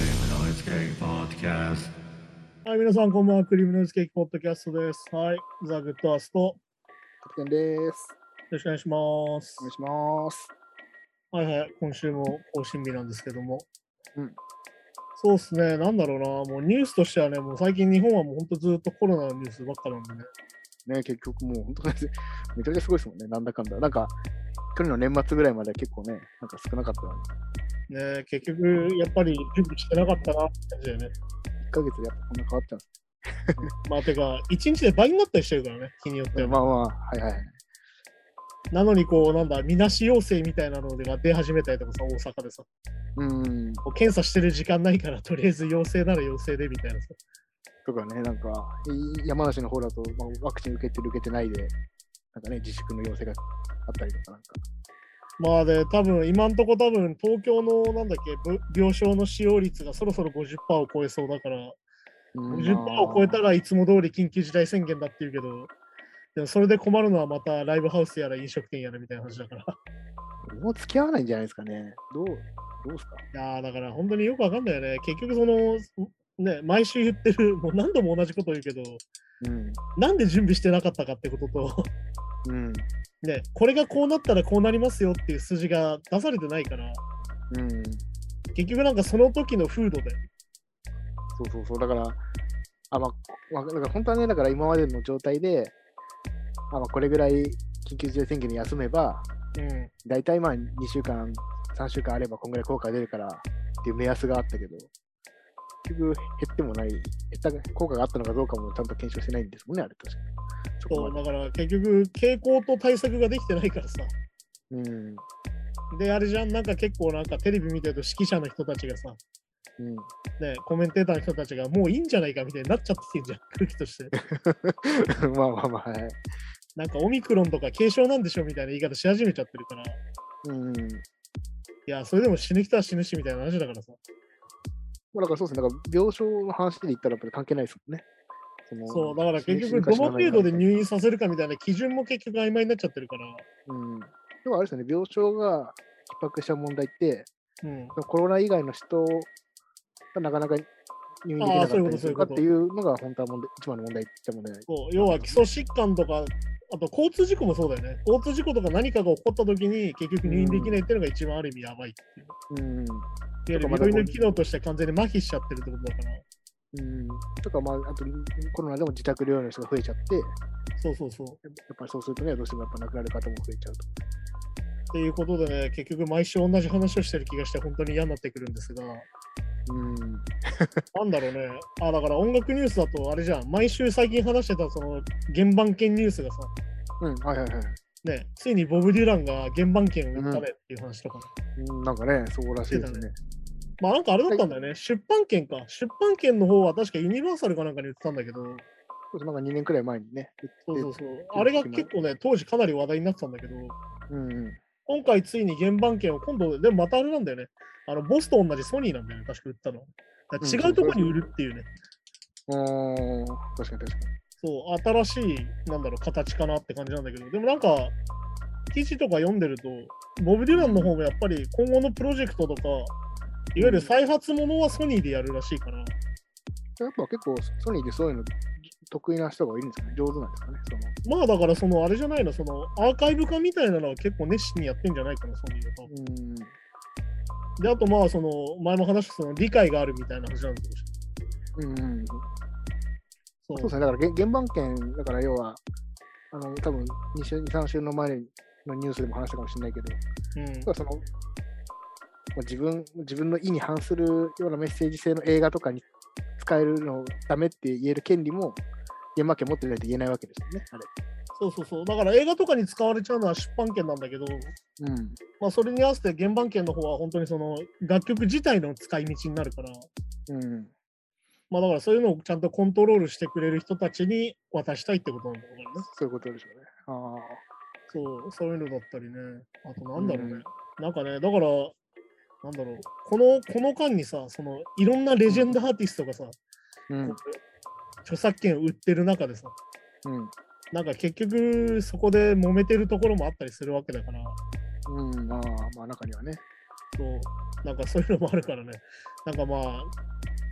ケーキポッドキャスト。はい、皆さん、こんばんは。クリームノイズケーキポッドキャストです。はい、ザ・グッドアースト。よ得点です。ろしくお願いしますお。願いします。はいはい、今週も更新日なんですけども。うん。そうっすね、なんだろうな、もうニュースとしてはね、もう最近日本はもう本当ずっとコロナのニュースばっかなんでね。ね、結局もう本当にめちゃめちゃすごいですもんね、なんだかんだ。なんか、去年の年末ぐらいまでは結構ね、なんか少なかったのに、ね結局、やっぱり準備してなかったなって感じだよね。 1ヶ月でやっぱこんな変わっちゃうんでまあ、てか、1日で倍になったりしてるからね、日によっすてね。は。まあまあ、はいはいはい。なのに、こう、なんだ、みなし陽性みたいなのが出始めたりとかさ、大阪でさ、うーん、こう検査してる時間ないから、とりあえず陽性なら陽性でみたいなさ。とかね、なんか、い山梨の方だと、まあ、ワクチン受けてる受けてないで、なんかね、自粛の要請があったりとか、なんか、まあで、多分今んとこ多分東京のなんだっけ、ぶ病床の使用率がそろそろ50%を超えそうだから、うん50%を超えたまあらいつも通り緊急事態宣言だっていうけど、でもそれで困るのはまたライブハウスやら飲食店やらみたいな話だから。 もう付き合わないんじゃないですかね。どう、どうですかいやーだから本当によくわかんないよね。結局その、ね、毎週言ってる、もう何度も同じこと言うけど、うん。なんで準備してなかったかってことと、 うん。ね、これがこうなったらこうなりますよっていう数字が出されてないから、うん。結局なんかその時の風土で、そうそうそう、だから、あ、まあ、まあ、だから本当はね、だから今までの状態で、あまあ、これぐらい緊急事態宣言で休めば、うん、大体まあ2週間、3週間あればこんぐらい効果が出るからっていう目安があったけど、結局減ってもない、減った効果があったのかどうかもちゃんと検証してないんですもんね、あれ確かに。そそこうまだから結局傾向と対策ができてないからさで。うん。であれじゃんなんか結構なんかテレビ見てると指揮者の人たちがさうん、ねコメンテーターの人たちがもういいんじゃないかみたいになっちゃってきてんじゃ ん空気として まあまあまあ、はい。なんかオミクロンとか軽症なんでしょみたいな言い方し始めちゃってるからいうん。まやそれでも死ぬ人は死ぬしみたいな話だからさあ、だからそうですね、だから病床の話で言ったらやっぱり関係ないですもんね。そのそうだから結死局ぬかど死なのない程か度で入院させるかみたいな基準も結局曖昧になっちゃってるからうん、でもあれですよね、病床が逼迫した問題って、うんコロナ以外の人がなかなか入院できなかあーっそたういうことりするかっそうていいうのが本当は問題一番の問題って言ったら問題そう要は基礎疾患とかあと交通事故もそうだよね交通事故とか何かが起こった時に結局入院できないっていうのが一番ある意味やばいっていうういん。わゆる病院の機能として完全に麻痺しちゃってるってことだから。うん、とか、まあ、あとコロナでも自宅療養の人が増えちゃって、やっそうそうそう。っぱりそうするとね、どうしてもやっぱ亡くなる方も増えちゃうと。ていうことでね、結局毎週同じ話をしてる気がして本当に嫌になってくるんですが、うん、なんだろうね。あ、だから音楽ニュースだとあれじゃん。毎週最近話してたその原版権ニュースがさ、うん、はいはいはい。ね、ついにボブ・デュランが原版権を売ったねっていう話とか。うん、なんかね、そうらしいですね。まあなんかあれだったんだよね。出版権か。出版権の方は確かユニバーサルかなんかに売ってたんだけど、そうそうなんか2年くらい前にね。そうそうそう。あれが結構ね、当時かなり話題になってたんだけど、うん、うん。今回ついに原版権を今度、でもまたあれなんだよね。あの、ボスと同じソニーなんだよね、確か売ったの。だから違うところに売るっていうね、うーん、確かに確かに。そう、新しい、なんだろう、形かなって感じなんだけど、でもなんか、記事とか読んでると、ボブ・ディランの方もやっぱり今後のプロジェクトとか、いわゆる再発ものはソニーでやるらしいから、やっぱ結構ソニーでそういうの得意な人がいるんですかね上手なんですかねそのまあだからその、あれじゃないの、その、アーカイブ化みたいなのは結構熱心にやってんじゃないかな、ソニーは。うんで、あとまあ、その、前も話したその、理解があるみたいな話なんだけど、うん、そそううですね、だからげ原版権、だから要は、あの多分2週、2、3週の前のニュースでも話したかもしれないけど、うん要はそのまあ自分自分の意に反するようなメッセージ性の映画とかに使えるのダメって言える権利も、原版権持ってないと言えないわけですよね、あれ。そうそうそう。だから映画とかに使われちゃうのは出版権なんだけど、うん、まあ、それに合わせて原版権の方は本当にその楽曲自体の使い道になるから、うん、まあ、だからそういうのをちゃんとコントロールしてくれる人たちに渡したいってことなんだろうね。そういうことでしょうね。ああ。そう、そういうのだったりね。あとなんだろうね。うんなんかね、だから、なんだろう。この、この間にさ、そのいろんなレジェンドアーティストがさ、うんこ、う著作権を売ってる中でさ、うん、なんか結局そこで揉めてるところもあったりするわけだから、うん、まあ、まあ中にはね。そう、なんかそういうのもあるからね、なんかまあ、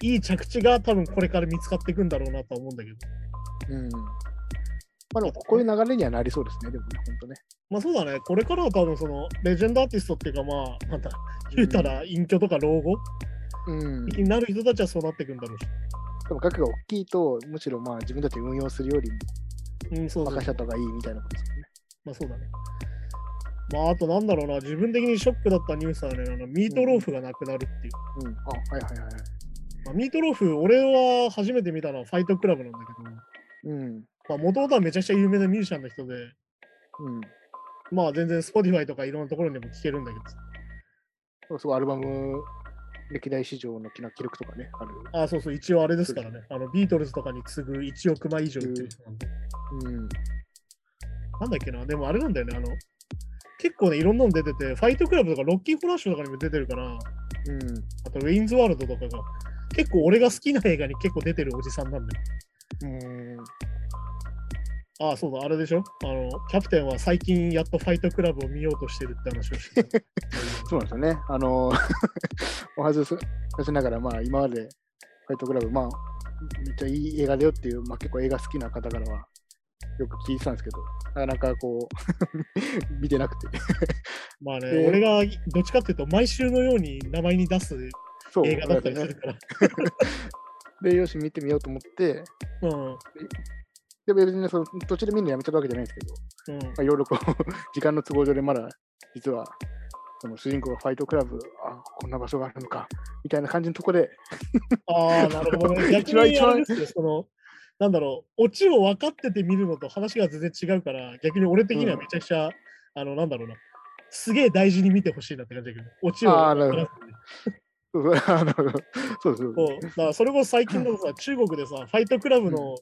いい着地が多分これから見つかっていくんだろうなとは思うんだけど。うん。まあでも、こういう流れにはなりそうですね、でもね、本当ね。まあそうだね、これからは多分そのレジェンドアーティストっていうかまあ、なんだ、言うたら隠居とか老後うん。でになる人たちはそうなっていくんだろうし。も額が大きいと、むしろまあ自分たちで運用するよりもうん、そうそう任せた方がいいみたいなことですよね。まあそうだね。まああとなんだろうな、自分的にショックだったニュースはね、あのミートローフがなくなるっていう。うん。あ、はいはいはいはい。まあ、ミートローフ、俺は初めて見たのはファイトクラブなんだけど、うん。まあ元々はめちゃくちゃ有名なミュージシャンの人で、うん。まあ全然 Spotify とかいろんなところにも聴けるんだけどさそうそう、アルバム、歴代史上の記録とかね、ある。ああ、そうそう、一応あれですからね。あのビートルズとかに次ぐ1億枚以上売ってる人なんで。うん。なんだっけな、でもあれなんだよね、あの、結構ね、いろんなの出てて、ファイトクラブとかロッキーフラッシュとかにも出てるから、うん。あとウェインズワールドとかが、結構俺が好きな映画に結構出てるおじさんなんだよ。うん。ああ、そうだ、あれでしょあの、キャプテンは最近やっとファイトクラブを見ようとしてるって話をして た。そうなんですよね。あの、 お外す、外しながら、まあ、今まで、ファイトクラブ、まあ、めっちゃいい映画だよっていう、まあ、結構映画好きな方からは、よく聞いてたんですけど、なかなかこう、 見てなくて。まあね、えー俺がどっちかっていうと、毎週のように名前に出すそう、映画だったりなすんるかねから。で、よし、見てみようと思って、うん。でも別にねその途中で見るのやめちゃったわけじゃないんですけうど、ん、まあ、いろいろこう、 時間の都合上でまだ、実は、その主人公がファイトクラブ、あ、こんな場所があるのか、みたいな感じのとこで、 ああ、なるほどね。逆一番に一あ番れですよ、その、なんだろう、オチを分かってて見るのと話が全然違うから、逆に俺的にはめちゃくちゃ、あの、なんだろうな、すげえ大事に見てほしいなって感じだけど、オチをあーなるほど分からずにそうそうあのそうそうそうだからそれこそ最近のさ、中国でさ、ファイトクラブの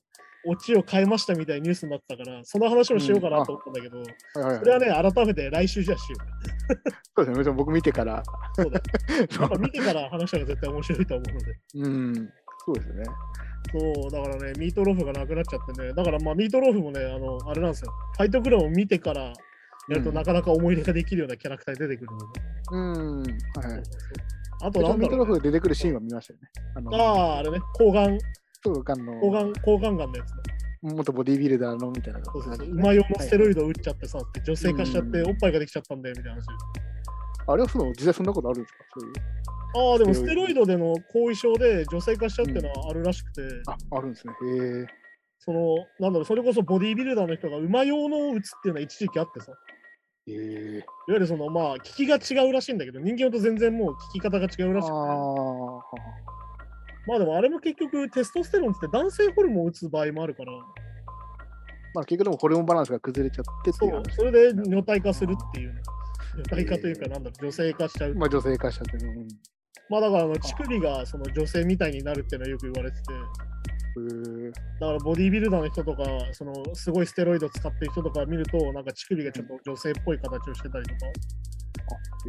オチを変えましたみたいなニュースになってたから、その話をしようかなと思ったんだけど、はいはいはいそれはね、改めて来週じゃしよう。そうですね、僕見てから。そうだよ。そやっうぱ見てから話した方が絶対面白いと思うので。うん、そうですね。そう、だからね、ミートローフがなくなっちゃってね、だからまあミートローフもね、あの、あれなんですよ、ファイトクラブを見てからやるとうんなかなか思い入れができるようなキャラクター出てくるので。うん、はいそうはそうそい。うあとジなョんン・だミトろロう、フね。が出てくるシーンは見ましたよね。あの、ああ、あれね、抗がん、そうかの抗がん、抗がんがんのやつね。元ボディービルダーのみたいな。そうそうそう。はい馬用のステロイドを打っちゃってさ、って女性化しちゃって、うんおっぱいができちゃったんだよ、みたいな話。あれはその、実際そんなことあるんですかそういう。ああ、でもステロイドでの後遺症で女性化しちゃうっていうのはあるらしくて、あ、あるんですね。へえ。その、なんだろう、それこそボディービルダーの人が馬用の打つっていうのは一時期あってさ。へいえ。わゆるそのまあ聞きが違うらしいんだけど人間と全然もう聞き方が違うあらあしくてー。まあでもあれも結局テストステロンって男性ホルモンを打つ場合もあるからまあ、結局でもホルモンバランスが崩れちゃってってそいうう話それで女体化するっていうね女体化というかなんだろう女性化しちゃうまあ、女性化しちゃって。うん。へまあだからあの乳首がその女性みたいになるっていうのはよく言われててえ。だからボディービルダーの人とかそのすごいステロイド使ってる人とか見るとなんか乳首がちょっと女性っぽい形をしてたりとか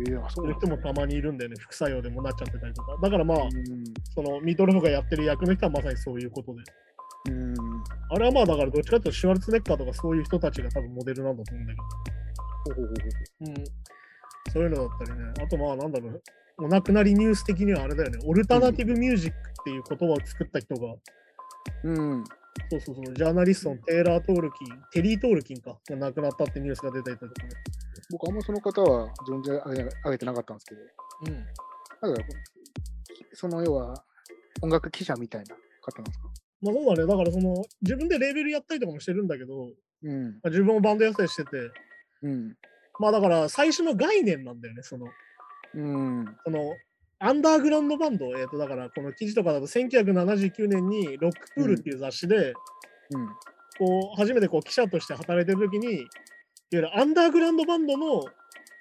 ええ、あ、そそうういうなん人もたまにいるんでね副作用でもなっちゃってたりとかだからまあですそのミートルフがやってる役の人はまさにそういうことでねうん。うん。あれはまあだからどっちかというとシュワルツェネッカーとかそういう人たちが多分モデルなんだと思うんだほうほうほうほけうど、そういうのだったりねあとまあなんだろうお亡くなりニュース的にはあれだよねオルタナティブミュージックっていう言葉を作った人が、うん。そうそうそうジャーナリストのテイラー・トールキンテリー・トールキンかが亡くなったってニュースが出たりとかね、僕、あんまその方は存じ上げな上げてなかったんですけど、なんか、その要は、音楽記者みたいな方なんですかまあそうだねだからその自分でレーベルやったりとかもしてるんだけど、うん。まあ、自分もバンドやったりしててうん。まあだから最初の概念なんだよねそのうん。そのアンダーグラウンドバンド、えー、とだからこの記事とかだと1979年にロックプールっていう雑誌で、うん。こう初めてこう記者として働いてる時にいわゆるアンダーグラウンドバンドの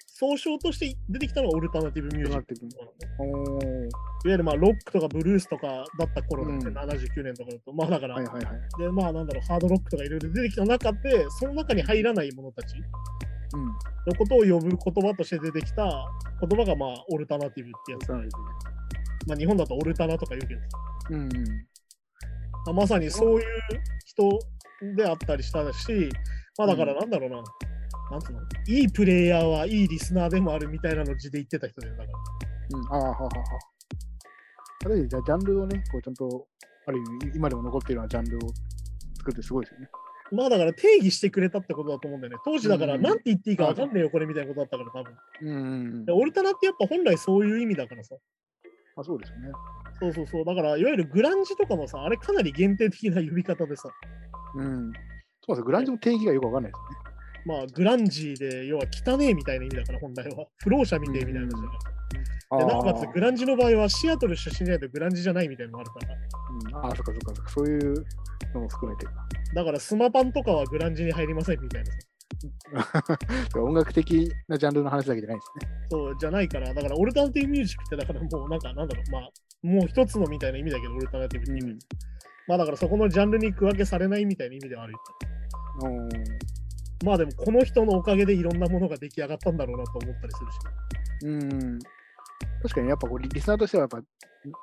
総称として出てきたのがオルタナティブミュージックっていうものなんだねおー。いわゆるまあロックとかブルースとかだった頃だよね、うん79年とかだとまあだから、はいはいはい。でまあなんだろうハードロックとかいろいろ出てきた中でその中に入らない者たちうん。のことを呼ぶ言葉として出てきた言葉がまあオルタナティブってやつ、まあ、日本だとオルタナとか言うけどうん。まあまさにそういう人であったりしたし、まあだからなんだろうな、なんつうの、いいプレイヤーはいいリスナーでもあるみたいなの字で言ってた人だよ、だから。うん。ああ、ははは。私たちジャジャンルをね、こうちゃんと、ある意味、今でも残っているようなジャンルを作るってすごいですよね。まあだから定義してくれたってことだと思うんだよね。当時だからうん何て言っていいか分かんねえよこれみたいなことだったから多分。うんで。オルタナってやっぱ本来そういう意味だからさ。まあ、そうですよね。そうそうそう。だからいわゆるグランジとかもさ、あれかなり限定的な呼び方でさ。うん。そうなんですよ。グランジの定義がよくわかんないでまあグランジーで要は汚ねえみたいな意味だから本来は。不老者みてえみたいな話だから。すね。でなおあかつーグランジの場合はシアトル出身じゃないとグランジじゃないみたいなのもあるから。うんあー、そっかそっかそっか。そういうのも含めて。だからスマパンとかはグランジに入りませんみたいなさ。音楽的なジャンルの話だけじゃないですね。そうじゃないから、だからオルタナティブミュージックってだからもうなんかなんだろう、まあもう一つのみたいな意味だけど、オルタナティブって意味。うんまあだからそこのジャンルに区分けされないみたいな意味ではある。うんまあでもこの人のおかげでいろんなものが出来上がったんだろうなと思ったりするし。うん、確かにやっぱこうリリスナーとしてはやっ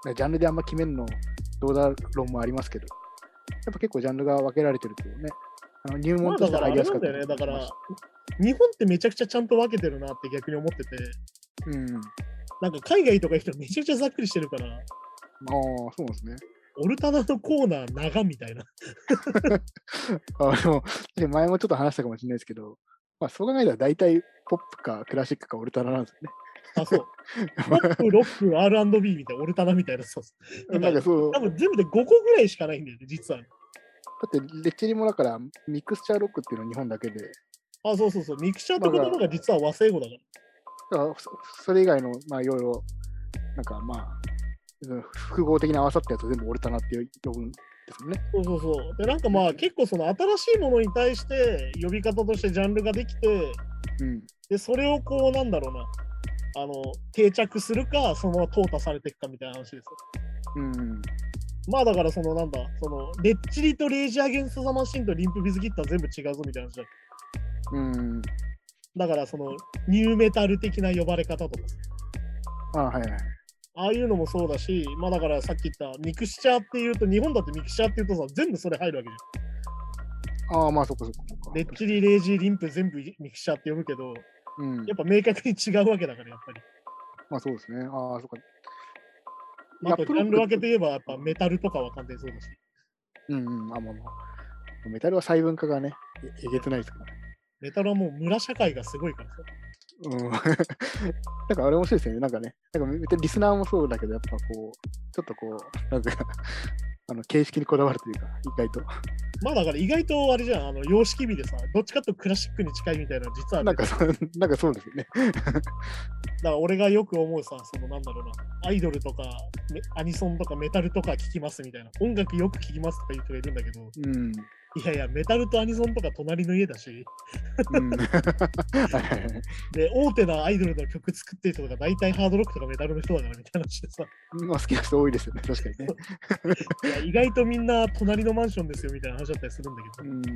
ぱジャンルであんま決めるのどうだろうもありますけど、やっぱ結構ジャンルが分けられてるとね、あの入ま門あとだしかてらはあ入れりやすなんかっただりよね、もだかしまらす日本ってめちゃくちゃちゃんと分けてるなって逆に思ってて、うん、あなんか海外とか行くとめちゃくちゃざっくりしてるから、あ、そうですね。オルタナのコーナー長みたいな。あでもで前もちょっと話したかもしれないですけど、まあ、そう考えたら大体ポップかクラシックかオルタナなんですよあ、 そう。ポね。ップ、ロック、R&B みたいな、オルタナみたいな、そう。なんかそう、多だ分全部で5個ぐらいしかないんだよね、実は。ってレッチリもだからミクスチャーロックっていうのは日本だけで、あ、そうそうそう。ミクチャーって言葉が実は和製語だから。だからそそれ以外の、まあ、いろいろ、なんかまあ、うん複合的に合わさったやつは全部オルタナって呼ぶんですよね。そうそうそう。で、なんかまあ結構その新しいものに対して呼び方としてジャンルができて、うん。で、それをこう、なんだろうな。あの定着するか、そのまま淘汰されていくかみたいな話ですよ。うん。まあだから、そのなんだ、その、レッチリとレイジアゲンストザマシンとリンプビズギッター全部違うぞみたいな話だうん。だから、その、ニューメタル的な呼ばれ方とか、あはいはい。ああいうのもそうだし、まあだからさっき言ったミクスチャーっていうと、日本だってミクスチャーっていうとさ、全部それ入るわけじゃん。ああ、まあそっかそっかそっか。レッチリ、レイジー、リンプ全部ミクスチャーって呼ぶけど、うん。やっぱ明確に違うわけだから、やっぱり。まあそうですね。ああ、そっか。まあ、あとジラップロャックンル分けといえば、やっぱメタルとかは完全にそうだし。うんうん。あ、まあまあ。メタルは細分化がね、ええげつないですからね。メタルはもう村社会がすごいからさ。うん。なんかあれ面白いですよね。なんかね、なんかめリスナーもそうだけど、やっぱこう、ちょっとこう、なんか、あの、形式にこだわるというか、意外と。まあだから意外とあれじゃん、あの様式美でさ、どっちかというとクラシックに近いみたいな、実はあるなんかそう、なんかそうですよね。だから俺がよく思うさ、そのなんだろうな、アイドルとかメアニソンとかメタルとか聴きますみたいな、音楽よく聴きますとかいう人がいるんだけど、うん。いやいや、メタルとアニソンとか隣の家だし、うん はいはいはいで、大手なアイドルの曲作ってる人とか、大体ハードロックとかメタルの人だからみたいな話でさ、まあ好きな人多いですよね、確かにね。いや意外とみんな隣のマンションですよみたいな話だったりするんだけど、うん、そうなん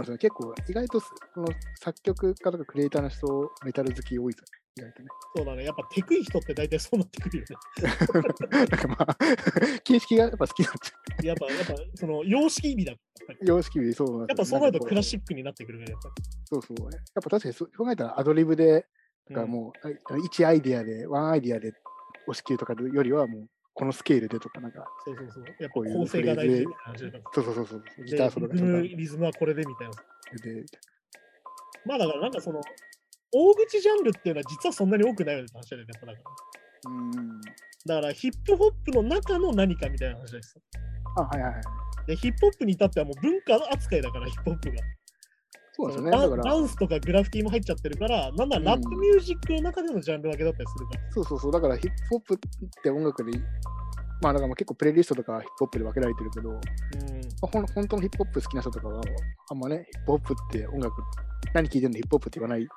ですよね、結構、意外とその作曲家とかクリエイターの人、メタル好き多いですよね、そうだね、やっぱテクい人って大体そうなってくるよね。意外と ね。なんかまあ、 形式がやっぱ好きなんですよやっぱ、やっぱその様式美だ。様式美、そうなんやっでぱすそようなるとクラシッックになってくるから、やっぱり。ク。そうそう。やっぱ確かにそう考えたらアドリブで、だからうんもう、あ一アイディアで、ワンアイディアで押し切るとかよりは、もう、このスケールでとか、なんか、そうそうそう。やっぱこういう構成が大事みたいな話だから。そうそうそうそう、ギターソロでリがちズゃんとあムるリズムはこれでみたいな。で、まあだからなんかその、大口ジャンルっていうのは実はそんなに多くないよねって話だよね。やっぱだからうん。だからヒップホップの中の何かみたいな話です。あ、はいはいはい。で、ヒップホップに至ってはもう文化扱いだから、ヒップホップが。そうですよね。ダだンから、ダンスとかグラフィティも入っちゃってるから、なんならラップミュージックの中でのジャンル分けだったりするから。そうそうそう、だからヒップホップって音楽で、まあだからまあ結構プレイリストとかはヒップホップで分けられてるけど、まうんあ、ほん本当のヒップホップ好きな人とかは、あんまね、ヒップホップって音楽、何聴いてるのヒップホップって言わないで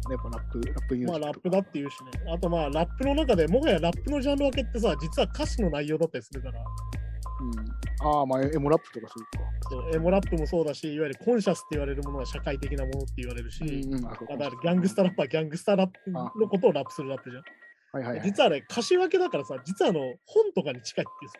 すもんね、やっぱラップ、ラップミューまジあラックッとプか。だっていうしね。あとまあラップの中でもはやラップのジャンル分けってさ、実は歌詞の内容だったりするから。うん、ああ、まあエモラップとかそうか。そうエモラップもそうだし、いわゆるコンシャスって言われるものは社会的なものって言われるし、うんうん、あそうまあだからギャングスタラッパー、ギャングスタラップのことをラップするラップじゃん。はいはい、はい。実はあれ、歌詞分けだからさ、実はあの本とかに近いっていうさ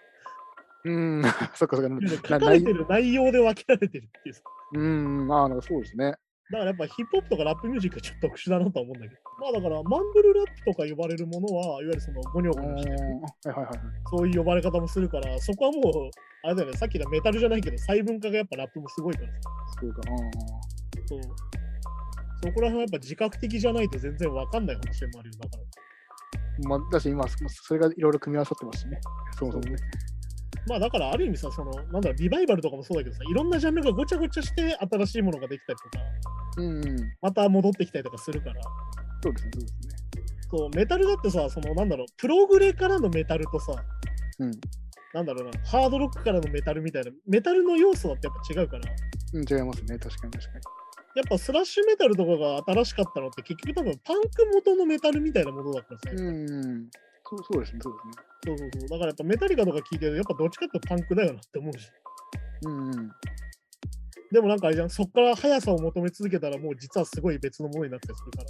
うん、 そっかそっか。いわゆるな書かれてる内容で分けられてるっていうさうん、ああ、なんかそうですね。だからやっぱヒップホップとかラップミュージックはちょっと特殊だなとは思うんだけど、まあだからマンブルラップとか呼ばれるものは、いわゆるそのゴニョゴうニョしてんはいはいはい。そういう呼ばれ方もするから、そこはもう、あれだよね、さっきのメタルじゃないけど、細分化がやっぱラップもすごいからさ。そうか。うんそうそこら辺はやっぱ自覚的じゃないと全然わかんない話でもあるよ。だから。まあ、だし今、そそれがいろいろ組み合わさってますしね。そもそもね。まあだからある意味さ、その、なんだろう、リバイバルとかもそうだけどさ、いろんなジャンルがごちゃごちゃして新しいものができたりとか、うん、うん。また戻ってきたりとかするから。そうですね、そうですね。そう、メタルだってさ、その、なんだろう、プログレからのメタルとさ、うんなんだろうな、ハードロックからのメタルみたいな、メタルの要素だってやっぱ違うから、うん、違いますね。確かに確かに。やっぱスラッシュメタルとかが新しかったのって結局多分パンク元のメタルみたいなものだったんですね。うん。そうそうですね、そうですね。そうそうそう。だからやっぱメタリカとか聞いてるとやっぱどっちかっていうとパンクだよなって思うし。うん、うん。でもなんかあれじゃん、そっから速さを求め続けたらもう実はすごい別のものになったりするから。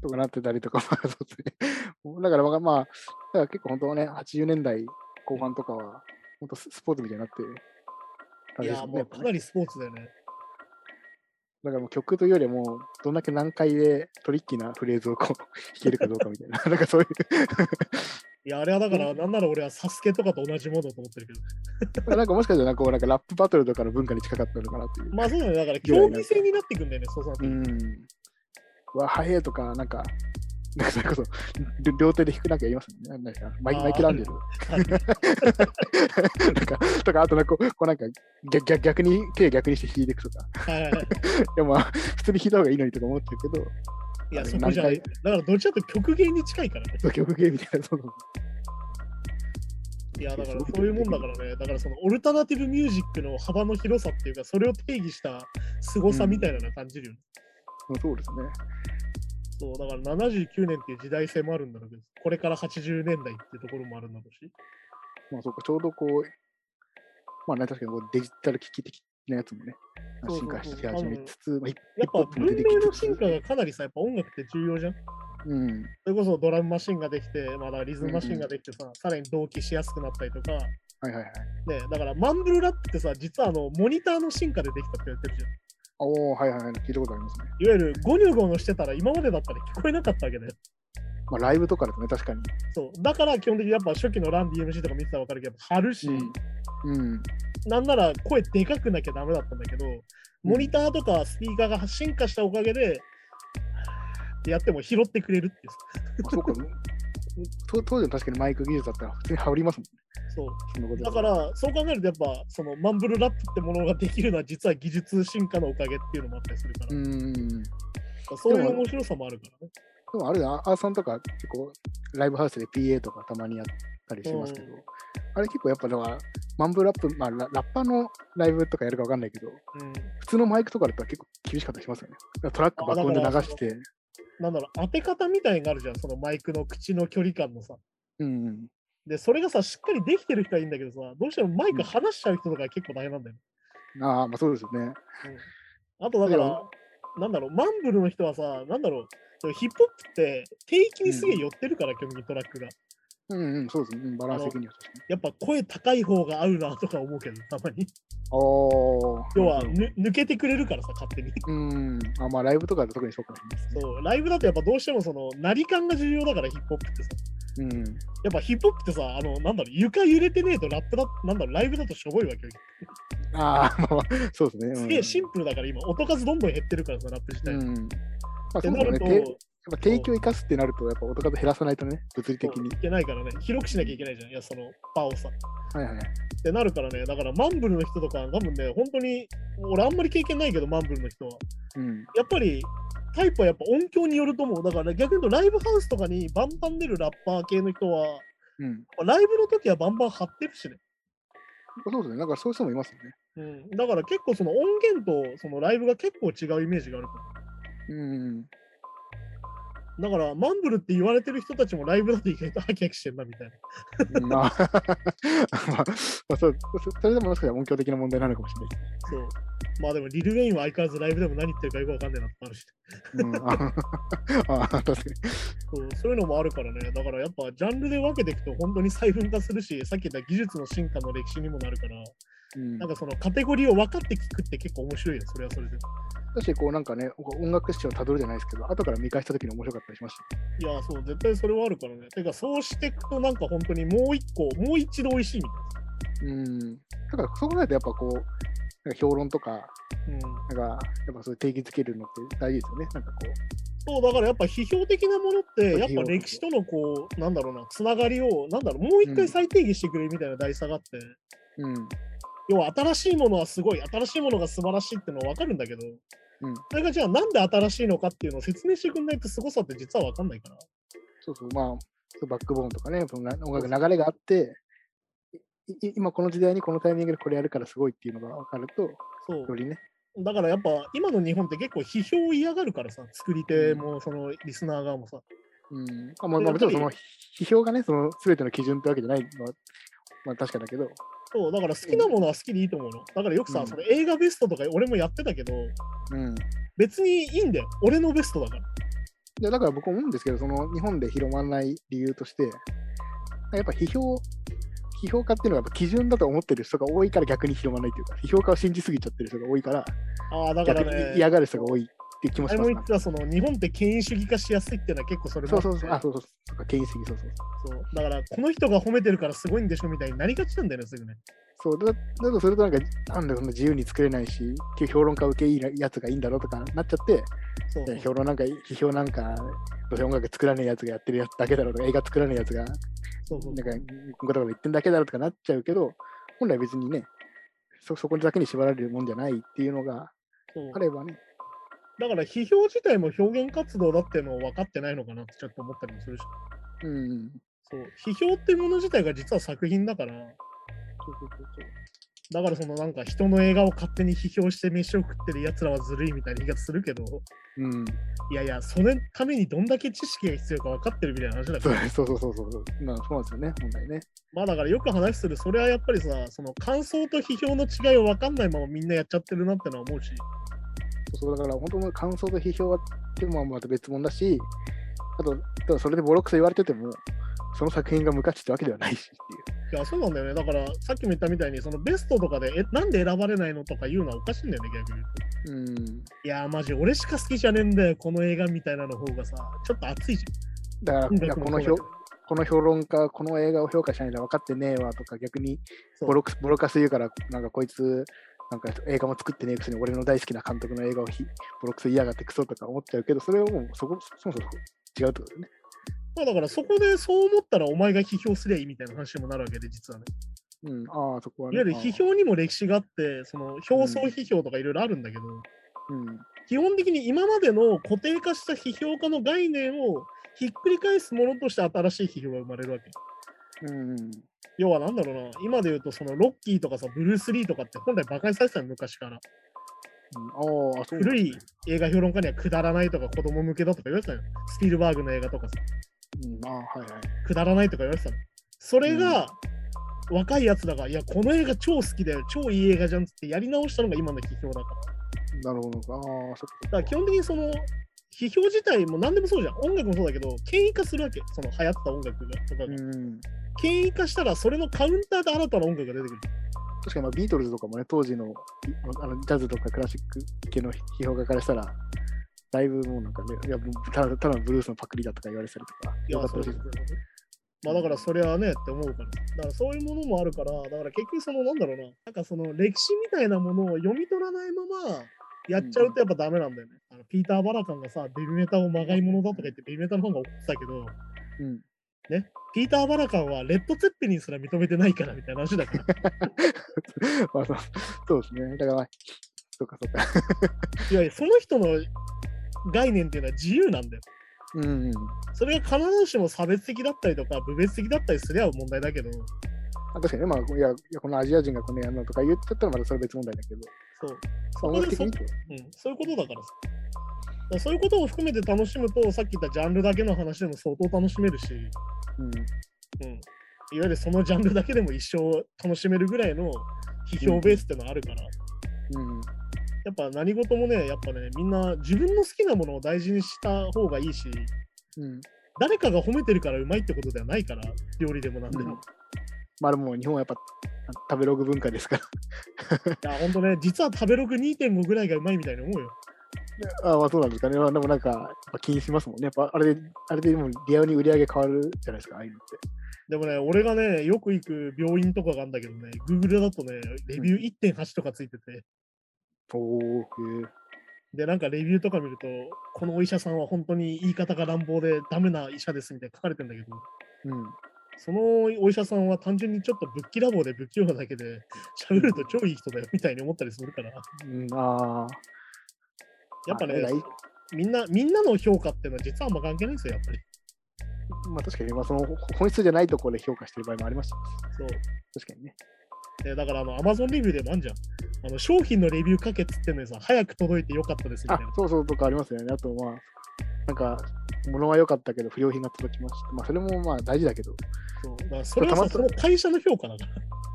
とかなってたりとか、まあ、そうですね。 だから、まあ、まあ、だから結構本当はね、80年代後半とかは、本当ススポーツみたいになってたんいですやよもねう。かなりスポーツだよね。だからもう曲というよりも、どんだけ難解でトリッキーなフレーズをこう 弾けるかどうかみたいな、 なんかそういう、いやあれはだからなんなら俺はサスケとかと同じものだと思ってるけど。なんかもしかしたら、こう、なんかラップバトルとかの文化に近かったのかなっていう。まあそうだね。だから競技性になってくんだよね、そうそう。うん。わ、早いとか、なんか、なんかそれこそ、りょ両手で弾くなんかやりますね。なんかマイあーマイケルアンジェル。なんか、とか、あとなんかこう、こうなんか逆逆逆に、手逆にして弾いていくとか。はいはいはい。でもまあ、普通に弾いた方がいいのにとか思ってるけど、いや、そこじゃない。だからどっちだと曲芸に近いからね。そう曲芸みたいな、そうそういやだからそういうもんだからね、だからそのオルタナティブミュージックの幅の広さっていうか、それを定義した凄さみたいなのは感じるよね。そうそうですね。そうだから79年っていう時代性もあるんだろうけど、これから80年代っていうところもあるんだろうし、まあ、そうか、ちょうどこう、まあね、確かにこうデジタル機器的なやつもね、まあそうそうそう進化して始めつつ、まあ、ヒやップホっッぱプも出文てき明のつ進つ、化がかなりさ、やっぱ音楽って重要じゃん。うん、それこそドラムマシンができて、まあ、だからリズムマシンができてさ、さらに同期しやすくなったりとか、ね、はいはいはい。だからマンブルラップってさ、実はあのモニターの進化でできたって言われてるじゃん。おおはいはいはい、聞いたことありますね。いわゆるゴニョゴニョしてたら今までだったら聞こえなかったわけだよ。まあ、ライブとかだとね、確かに。そうだから基本的にやっぱ初期のラン DMC とか見てたら分かるけど張るし、うん。なんなら声でかくなきゃダメだったんだけどモニターとかスピーカーが進化したおかげで、ってやっても拾ってくれるっていうあそうか。と当時の確かにマイク技術だったら普通に羽織りますもんね。そうそんなことだか、らそう考えるとやっぱそのマンブルラップってものができるのは実は技術進化のおかげっていうのもあったりするから、うん。でそういう面白さもあるからねもあれだ、アーさんとか結構ライブハウスで PA とかたまにやったりしてますけど、うんあれ結構やっぱだから、マンブラップ、まあララッパーのライブとかやるかわかんないけど、うん普通のマイクとかだったら結構厳しかったりしますよね。だからトラック爆音で流して、なんだろう当て方みたいになのがあるじゃんそのマイクの口の距離感のさうんうん。でそれがさしっかりできてる人はいいんだけどさどうしてもマイク離しちゃう人とか結構大変なんだよねああ、まあそうですよね。あとだかだらか、なんだろう、マンブルの人はさ、なんだろう、でもヒップホップって定域にすげえ寄ってるから、基本的にトラックが。うんうん、そうですね。うんバランス的には確かに。やっぱ声高い方が合うなとか思うけど、たまに。おー要は、ぬ抜けてくれるからさ、勝手に。 うん。あ、まあライブとかだと特にそうかもしれないですね。そう、ライブだとやっぱどうしてもその、鳴り感が重要だから、ヒップホップってさ。うん。やっぱヒップホップってさ、あの、なんだろう、床揺れてねえとラップだ、なんだろう、ライブだとしょぼいわけよ。ああ、まあまあ、そうですね。すげえシンンプルだから今、音数どんどん減ってるからさ、ラップ自体。うん。まあ、ってそもなそもるね、と、てやっぱ提供を生かすってなると、やっぱ音数減らさないとね、物理的そうにい。けないからね、広くしなきゃいけないじゃん、いや、その場をさ。はいはい。ってなるからね、だからマンブルの人とか、多分ね、本当に、俺あんまり経験ないけど、マンブルの人は。うん。やっぱり、タイプはやっぱ音響によると思う。だから逆に言うと、ライブハウスとかにバンバン出るラッパー系の人は、うん。ライブの時はバンバン張ってるしね。そうですね。なんかそういう人もいますよね。うん、だから結構その音源とそのライブが結構違うイメージがあるか うん。もだからマンブルって言われてる人たちもライブだと意外とハキハキしてんなみたいな。まあ、 まあ、まあ、そう、そそれでももしかしたら音響的な問題なのかもしれないですそね。う。まあでもリル・ウェインは相変わらずライブでも何言ってるかよくわかんないなってあるし。うん、あ あ、確かに。そうそういうのもあるからね、だからやっぱジャンルで分けていくと本当に細分化するし、さっき言った技術の進化の歴史にもなるから、うんなんかそのカテゴリーを分かって聞くって結構面白いよ、それはそれで。だし、こうなんかね、こう音楽史をたどるじゃないですけど、後から見返した時に面白かったりしましいや、そう、絶対それはあるからね。てか、そうしていくと、なんか本当にもう一個、もう一度美味しいみた。うん。だから、そう考えるとやっぱこう、なんか評論とか、たいな。うん、なんか、やっぱそういう定義づけるのって大事ですよね。なんかこそう、だからやっぱ批評的なものって、やっ批評ぱ歴史とのこう、なんだろうな、つながりを、なんだろう、もう一うん回再定義してくれるみたいな大差があって、う、うん。要は新しいものはすごい、新しいものが素晴らしいってのは分かるんだけど、うんそれがじゃあなんで新しいのかっていうのを説明してくんないと凄さって実は分かんないから。そうそう、まあ、そうバックボーンとかね、そのな音楽流れがあって、いい今この時代にこのタイミングでこれやるからすごいっていうのが分かると、そうよ。りね、だからやっぱ今の日本って結構批評を嫌がるからさ、作り手もそのリスナー側もさ。うんあまあ、でやまあ、もっちぱろんりその批評がね、その全ての基準ってわけじゃないのは、まあ、確かだけど、そう、だから好きなものは好きでいいと思うの。だからよくさ、うんその映画ベストとか俺もやってたけど、うん、別にいいんだよ。俺のベストだから。いやだから僕思うんですけど、その日本で広まらない理由として、やっぱ批評、批評家っていうのはやっぱ基準だと思ってる人が多いから逆に広まらないというか、批評家を信じすぎちゃってる人が多いから、ああ、だか逆らにね。嫌がる人が多いっていう気もあしれまもす言なってた、その日本って権威主義化しやすいってのは結構それもそあうってそうそう、あ、そうそう、そうか、権威主義、そうそうそうだからこの人が褒めてるからすごいんでしょみたいになりがちなんだよね、すぐね。そう。そうだだとすると、なんか、なんだよ、そんな自由に作れないし、評論家受けいいやつがいいんだろうとかなっちゃって、そういや評論なんか、批評なんか、どうせ音楽作らねえやつがやってるやつだけだろうとか、映画作らねえやつがそうそうなんか、ごたごた言ってんだけだろとかなっちゃうけど、本来別にね、そ、そこだけに縛られるもんじゃないっていうのがそうあればね、だから批評自体も表現活動だっていうのを分かってないのかなってちょっと思ったりもするし。うん。そう批評ってもの自体が実は作品だからだからそのなんか人の映画を勝手に批評して飯を食ってるやつらはずるいみたいな言い方するけどうん、 いやいやそのためにどんだけ知識が必要か分かってるみたいな話だかそうらそうそうそうそうそう、まあ、そうなんですよね、本来ね。まあだからよく話するそれはやっぱりさその感想と批評の違いを分かんないままみんなやっちゃってるなってのは思うしそうだから、本当の感想と批評はっていうのはまた別物だし、あと、ただそれでボロクソ言われてても、その作品が無価値ってわけではないしっていう。いやそうなんだよねだからさっきも言ったみたいにそのベストとかでえなんで選ばれないのとか言うのはおかしいんだよね逆にうん、いやーマジ俺しか好きじゃねえんだよこの映画みたいなの方がさちょっと熱いじだからゃん いやこの評この評論家、この映画を評価しないと分かってねえわとか、逆にそうボロクスボロカス言うから、なんかこいつ、なんか映画も作ってねえくせに俺の大好きな監督の映画をひボロクス言いやがってクソとか思っちゃうけど、それはもうそこそもそも違うってことだよね。まあだからそこでそう思ったらお前が批評すりゃいいみたいな話にもなるわけで実はね。うん、ああ、そこはいね。わゆるああ批。評にも歴史があって、その表層批評とかいろいろあるんだけど、うん、基本的に今までの固定化した批評家の概念をひっくり返すものとして新しい批評が生まれるわけ。うん、うん要はなんだろうな、今で言うとそのロッキーとかさ、ブルース・リーとかって本来馬鹿にされてたの昔から。ああ、そう古い映画評論家にはくだらないとか子供向けだとか言われてたのよ。スピルバーグの映画とかさ。うん、ああ、はいはい。くだらないとか言われてたの。それが、若いやつだから、いや、この映画超好きだよ、超いい映画じゃんっつってやり直したのが今の批評だから。だなるほど。ああ、そっか。から基本的にその、批評自体も何でもそうじゃん。音楽もそうだけど、権威化するわけ。その流行った音楽がとかが。うん、権威化したら、それのカウンターで新たな音楽が出てくる。確かにまあビートルズとかもね、当時のあのジャズとかクラシック系の批評家からしたら、だいぶもうなんかね、いやただただのブルースのパクリだとか言われてたりとか、いよかや、ったそうらしでいですすね。まあだからそれはねって思うから。だからそういうものもあるから、だから結局そのなんだろうな、なんかその歴史みたいなものを読み取らないままやっちゃうとやっぱダメなんだよね。あのピーター・バラカンがさ、ビビメタをまがいものだとか言ってビビメタの方が怒ってたけど、うん ピーター・バラカンはレッド・ツェッペリンすら認めてないからみたいな話だ から。まあ、そうそうですね。だから、まあそうかそうか。いやいや、その人の概念っていうのは自由なんだよ。うん、うん。それが必ずしも差別的だったりとか、部別的だったりすりゃ問題だけど、あ確かにね、まあ、いや、いやこのアジア人がこのやるのとか言っちゃったらまたそれは別問題だけど、そう。まあ音楽的にってこうん、そういうことだからさ。だからそういうことを含めて楽しむと、さっき言ったジャンルだけの話でも相当楽しめるし、うとうん、いん。わゆるそのジャンルだけでも一生楽しめるぐらいの批評ベースってのはあるから、うん。やっぱ何事もね、やっぱね、みんな自分の好きなものを大事にした方がいいし、うん。誰かが褒めてるからうまいってことではないから、料理でも何でも。うんまあ、でも日本はやっぱ食べログ文化ですから。や、ほんとね、実は食べログ2.5ぐらいがうまいみたいに思うよ。あまあそうなんですかね。まあでもなんか、やっぱ気にしますもんね。やっぱあれで、あれでもリアルに売り上げ変わるじゃないですか、ああいうのって。でもね、俺がね、よく行く病院とかがあるんだけどね、Google だとね、レビュー1.8とかついてて、おー、へで、なんかレビューとか見ると、このお医者さんは本当に言い方が乱暴でダメな医者ですみたいに書かれてんだけど、えうん。そのお医者さんは単純にちょっとぶっきらぼうで不器用なだけ で、喋ると超いい人だよみたいに思ったりするから、うん、ああ。やっぱねまあ、偉いみんな、みんなの評価っていうのは実はあんま関係ないんですよ、やっぱり。まあ確かに、まあそのほ本質じゃないところで評価してる場合もありますしそう。確かにね。えーだからあの、アマゾンレビューでもあるじゃん。あの商品のレビュー書けっつってんのにさ、早く届いてよかったですみたあいな。そうそうとかありますよね。あとまあ、なんか、物は良かったけど、不良品が届きました。まあそれもまあ大事だけど、そうだからそれはこされたそまの会社の評価だから。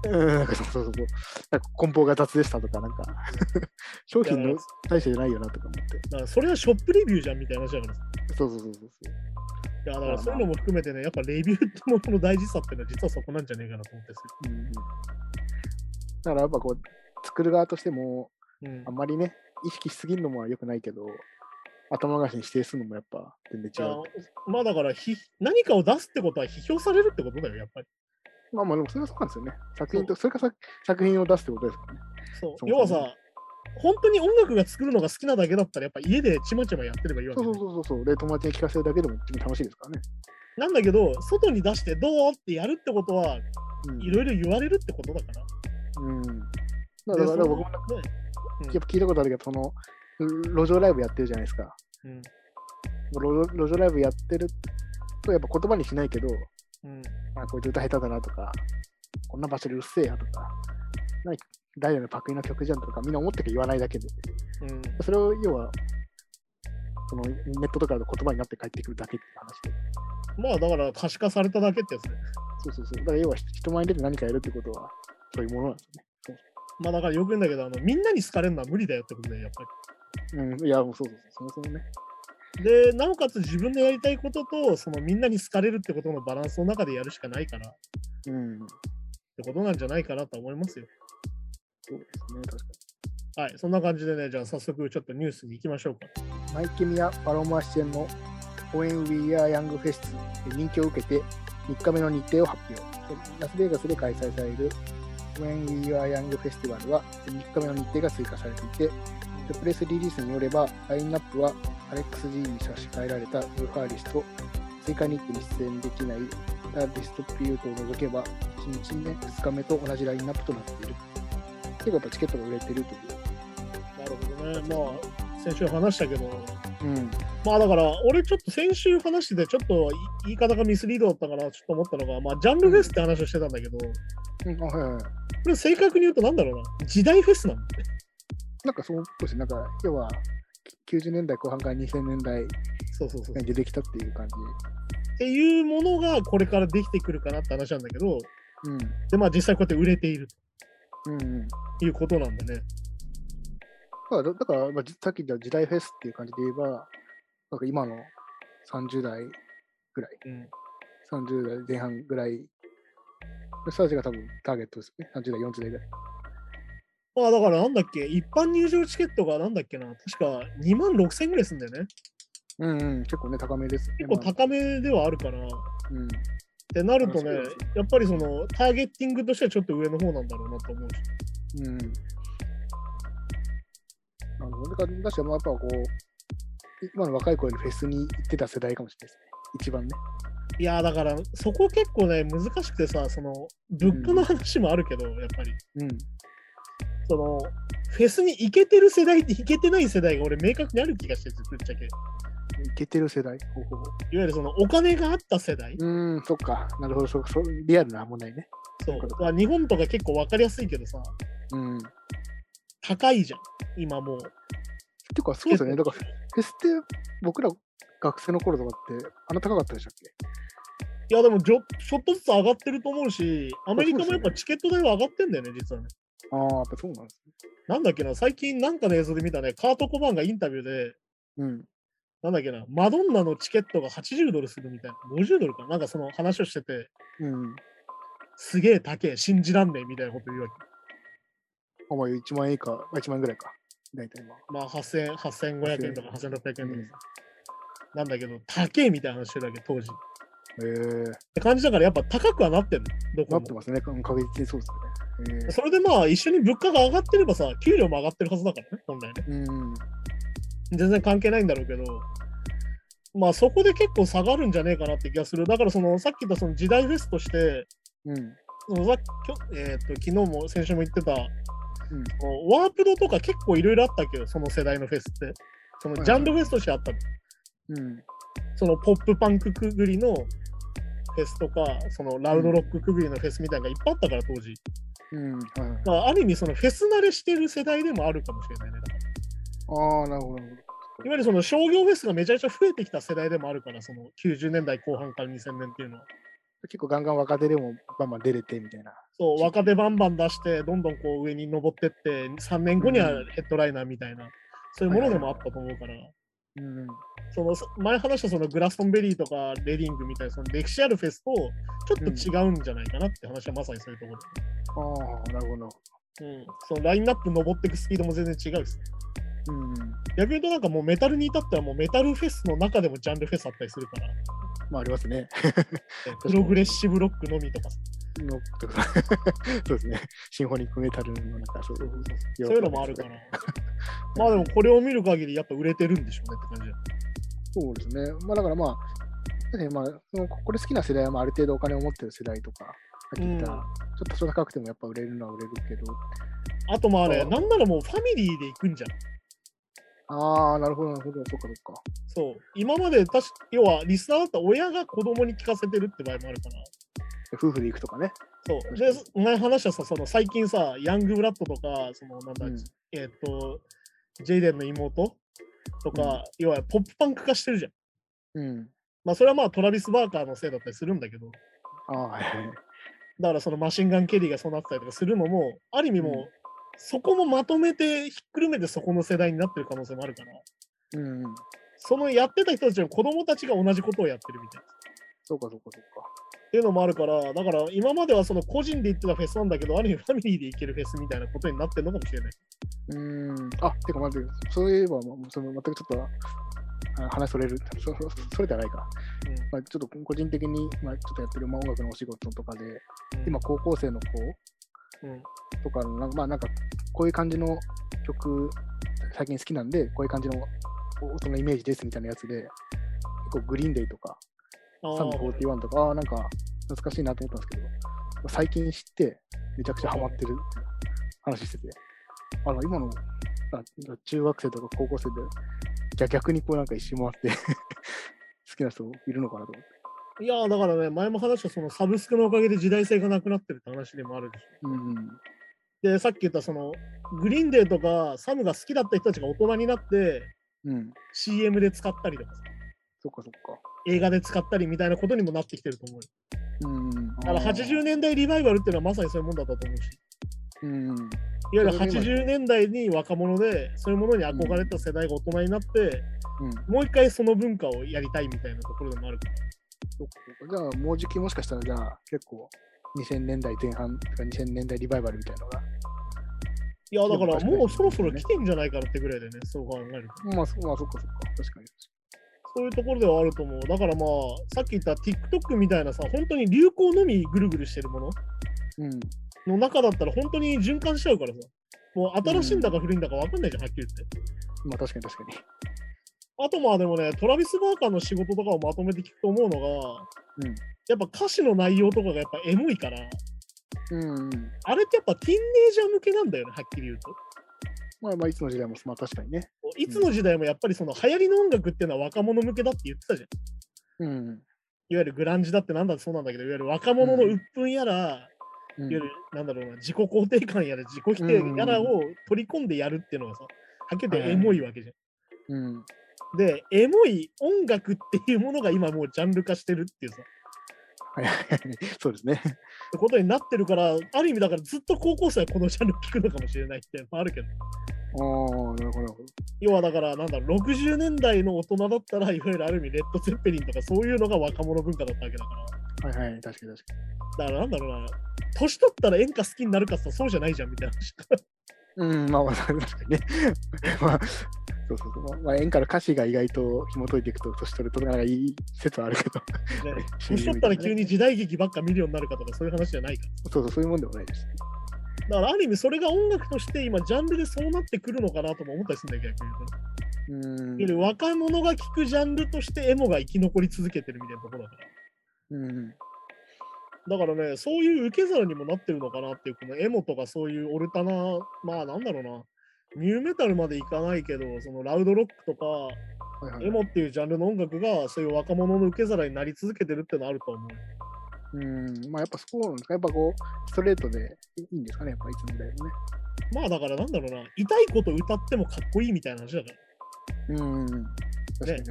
うん、なんかそうそうそう。なんか梱包が雑でしたとか、なん か、商品の大したじゃないよなとか思って。だからそれはショップレビューじゃんみたいな話だからさ。そうそうそうそうそう。いやだからそういうのも含めてね、やっぱレビューってものの大事さっていうのは実はそこなんじゃねえかなと思ってさうんうんだからやっぱこう作る側としてもうんあんまりね意識しすぎるのも良くないけど頭ごなしに否定するのもやっぱ全然違じゃあう。まあだからひ何かを出すってことは批評されるってことだよ、やっぱり。まあまあでもそれはそうなんですよね。作品とそれから作作品を出すってことですからね。そうそう要はさ、本当に音楽が作るのが好きなだけだったら、やっぱ家でちまちまやってればいいわけそうでそうそうそう。で友達に聞かせるだけでも自分楽しいですからね。なんだけど、外に出してどうってやるってことは、うんいろいろ言われるってことだから。うん。だからでだそからの僕もやっねぱ聞いたことあるけどその路上ライブやってるじゃないですか。うん路上路上ライブやってるとやっぱ言葉にしないけどうんあこいつ歌下手だなとか、こんな場所でうっせえやとか、なんかダイヤのパクリの曲じゃんとか、みんな思ってか言わないだけで、うんそれを要は、そのネットとかの言葉になって帰ってくるだけっていう話で、まあだから可視化されただけってやつね。そうそうそう、だから要は人前に出て何かやるってことは、そういうものなんでまあだからよく言うんだけど、あのみんなに好かれるのは無理だよってことで、やっぱすね。うん、いや、もうそうそうそう、そもそもね。り。で、なおかつ自分のやりたいことと、そのみんなに好かれるってことのバランスの中でやるしかないからってうん、ことなんじゃないかなと思いますよ。そうですね、確かに。はい、そんな感じでね、じゃあ早速ちょっとニュースに行きましょうか。マイケミやパロマ支援の応援ウィアヤングフェスで人気を受けて3日目の日程を発表。ラスベガスで開催される応援ウィアヤングフェスティバルは3日目の日程が追加されていて、でプレスリリースによればラインナップはアレックス・ジーに差し替えられたルーハーリスと追加日程に出演できないダービストピュートを除けば1日目、2日目と同じラインナップとなっている。結構やっぱチケットが売れてるという。なるほどね。まあ、先週話したけど、うん。まあだから、俺ちょっと先週話してて、ちょっと言い方がミスリードだったから、ちょっと思ったのが、まあジャンルフェスって話をしてたんだけど、こうん、あはいはいはい。れ正確に言うとなんだろうな、時代フェスなの。なんかそうっぽいですなんか、要は、90年代後半から2000年代 そうそうそう。に出てきたっていう感じ。っていうものがこれからできてくるかなって話なんだけど、うでまあ、実際こうやって売れているん。うん、うん。だということなんでね。から、だからまあ、じさっき言った時代フェスっていう感じで言えば、なんか今の30代ぐらい、うん、 30代前半ぐらい、スタジが多分ターゲットですよね。30代、40代ぐらい。まあだからなんだっけ、一般入場チケットがなんだっけな、確か2万6千円ぐらいすんだよね。うん、うん。結構ね、高めですよね。結構まあ高めではあるから。っうん。てなるとねあそうです、やっぱりそのターゲッティングとしてはちょっと上の方なんだろうなと思うし。うん。なるほど。だから、確かにまあやっぱこう、今の若い子よりフェスに行ってた世代かもしれないですね。一番ね。いやーだからそこ結構ね、難しくてさ、その物価の話もあるけど、やっぱり。うん。そのフェスに行けてる世代って行けてない世代が俺明確にある気がしてて、ぶっちゃけ。いいけてる世代。ほうほうほわゆるそのお金があった世代。ううーん、そっか。なるほど、そそリアルな問題ね。そうだからまあ、日本とか結構分かりやすいけどさ、うん。て高いじゃん、今もう。か、そうですよね。だから、フェスって僕ら学生の頃とかって、あんな高かったでしたっけいや、でもちょ、ちょっとずつ上がってると思うし、アメリカもやっぱチケット代は上がってんだよね、実はね。ああ、やっぱそうなんですね。なんだっけな、最近なんかの映像で見たね、カート・コバンがインタビューで、うん。なんだっけな、マドンナのチケットが80ドルするみたいな、50ドルかな、なんかその話をしてて、うん。すげえ高え、信じらんねえみたいなこと言うわけ。あ、まあ1万円以下、まあ1万円ぐらいか。大体まあ。まあ8000、8500円とか8600円とかさ。なんだけど、高えみたいな話してるわけ、当時。っえー、て感じだから、やっぱ高くはなってんの、どなこっても。ますね。うん確実にそうですね。えそれでまあ、一緒に物価が上がってればさ、給料も上がってるはずだからね、本来ね。ー、うん。全然関係ないんだろうけど、まあそこで結構下がるんじゃねえかなって気がする。だからそのさっき言ったその時代フェスとして、うん。そのさっきょえー、と昨日も先週も言ってた、んそのワープドとか結構いろいろあったけど、その世代のフェスって。そいのはいジャンルフェスとしてあったの。うん。そのポップパンクくぐりのフェスとか、そのラウドロックくぐりのフェスみたいなのがいっぱいあったから当時。うん。はいはい。まあある意味そのフェス慣れしてる世代でもあるかもしれないね。だからああ、なるほど、なるいわゆるその商業フェスがめちゃめちゃ増えてきた世代でもあるから、その90年代後半から2000年っていうのは。ほど。結構ガンガン若手でもバンバン出れてみたいな。そう、若手バンバン出して、どんどんこう上に登ってって、3年後にはヘッドライナーみたいな、そういうものでもあったと思うから、うん。そのそ前話したそのグラストンベリーとかレディングみたいな、その歴史あるフェスとちょっと違うんじゃないかなって話はまさにそういうところああ、なるほど。で、うん、そのラインナップ登っていくスピードも全然違うし、うん。逆に言うとなんかもうメタルに至ってはもうメタルフェスの中でもジャンルフェスあったりするから、まあ、ありますね。プログレッシブロックのみとかさの とかそうですね。シンフォニックメタルのなんかそうそいううそうそうそういうのもあるから。まあでもこれを見る限りやっぱ売れてるんでしょうねって感じだそうですね。まあだからまあ、確かにまあ、そのここれ好きな世代はまあある程度お金を持ってる世代とか、さっき言った、うんちょっと多少高くてもやっぱ売れるのは売れるけど、あとまああれ、うんなんならもうファミリーで行くんじゃん。ああ、なるほど、なるほど、そっかそっか。そう。今まで確か、要はリスナーだったら親が子供に聞かせてるって場合もあるから。で夫婦で行くとかね。そう。で、前話したさ、その最近さ、ヤングブラッドとか、そのなんだ、うんえーっと、ジェイデンの妹とか、要はポップパンク化してるじゃん。うん。まあそれはまあトラビス・バーカーのせいだったりするんだけど、ああ、はいはい。だからそのマシンガン・ケリーがそうなってたりとかするのも、ある意味もう、うんそこもまとめてひっくるめてそこの世代になってる可能性もあるから、うんうん。そのやってた人たちの子供たちが同じことをやってるみたいな。そうかそうかそうか。っていうのもあるから、だから今まではその個人で行ってたフェスなんだけど、ある意味ファミリーで行けるフェスみたいなことになってるのかもしれない。うーん。あ、てか待って、そういえば、まあその全くちょっとあ話それる、そそそれではないか。まあ、ちょっと個人的に、まあ、ちょっとやってる、まあ、音楽のお仕事とかで、うん今、、高校生の子うんとかの、なんかまあ、なんか、こういう感じの曲、最近好きなんで、こういう感じの音のイメージですみたいなやつで、結構、グリーンデイとか、あサムー41とか、ああー、なんか、懐かしいなと思ったんですけど、最近知って、めちゃくちゃハマってるって話してて、あの、今の、あ中学生とか高校生で、逆逆にこう、なんか一周回って、 好きな人いるのかなと思って。いやーだからね、前も話したそのサブスクのおかげで時代性がなくなってるって話でもあるでしうんょ。で、さっき言ったそのグリーンデーとかサムが好きだった人たちが大人になってうん。うん。 CM で使ったりとかさそっかそっか。映画で使ったりみたいなことにもなってきてると思うよ。うん。だから80年代リバイバルっていうのはまさにそういうもんだったと思うし、うん。いわゆるそれが今80年代に若者で、そういうものに憧れた世代が大人になって、うん。もう一回その文化をやりたいみたいなところでもあるから。そっかそっかじゃあ、もうじきもしかしたら、じゃあ、結構、2000年代前半とか2000年代リバイバルみたいなのが、いや、だかでもら確かにもうそろそろ来てんじゃないかなってぐらいでね、そう考えると。まあ、そまあ、そっかそっか。確かに。そういうところではあると思う。だからまあ、さっき言った TikTok みたいなさ、本当に流行のみぐるぐるしてるものうん。の中だったら本当に循環しちゃうからさ。もう新しいんだか古いんだか分かんないじゃん、はっきり言って。まあ、確かに確かに。あとまあでもね、トラビス・バーカーの仕事とかをまとめて聞くと思うのが、うんやっぱ歌詞の内容とかがやっぱエモいから、うんうん。あれってやっぱティーンエイジャー向けなんだよね、はっきり言うと。まあ、まあ、いつの時代も、まあ、確かにね。いつの時代もやっぱりその流行りの音楽っていうのは若者向けだって言ってたじゃん。うん。いわゆるグランジだってなんだってそうなんだけど、いわゆる若者の鬱憤やら、いわうんゆるなんだろうな、自己肯定感やら自己否定やらを取り込んでやるっていうのはさ、はっきり言ってエモいわけじゃん。うん。で、エモい音楽っていうものが今もうジャンル化してるっていうさ、はいはいはい。そうですね。ってことになってるから、ある意味だからずっと高校生はこのジャンル聞くのかもしれないっていうのもあるけど、ああ、なるほどなるほど。要はだからなんだろう、60年代の大人だったら、いわゆるある意味レッド・ゼッペリンとかそういうのが若者文化だったわけだから。はいはい、確かに確かだからなんだろうな、年取ったら演歌好きになるかって言ったらそうじゃないじゃんみたいな話。に。うん、まあまあ、確かにね。 まあ、そうそうそう。まあまあ、演歌の歌詞が意外と紐解いていくと、年取ると、なんかいい説はあるけど。 ね年年取ったら急に時代劇ばっか見るようになるかとかそういう話じゃないから。そうそう、そういうもんでもないです。だからある意味それが音楽として今ジャンルでそうなってくるのかなとも思ったりするんだけど、逆に言うとねういんわゆる若者が聴くジャンルとしてエモが生き残り続けてるみたいなところだから。うん。だからね、そういう受け皿にもなってるのかなっていう、このエモとかそういうオルタナ、まあなんだろうな、ニューメタルまでいかないけど、そのラウドロックとか、はいはいエモっていうジャンルの音楽が、そういう若者の受け皿になり続けてるってのはあると思う。うん。まあやっぱそうなんですか。やっぱこう、ストレートでいいんですかね。やっぱいつもだよね。まあだからなんだろうな、痛いこと歌ってもかっこいいみたいな話だから。うん。確かに確かに。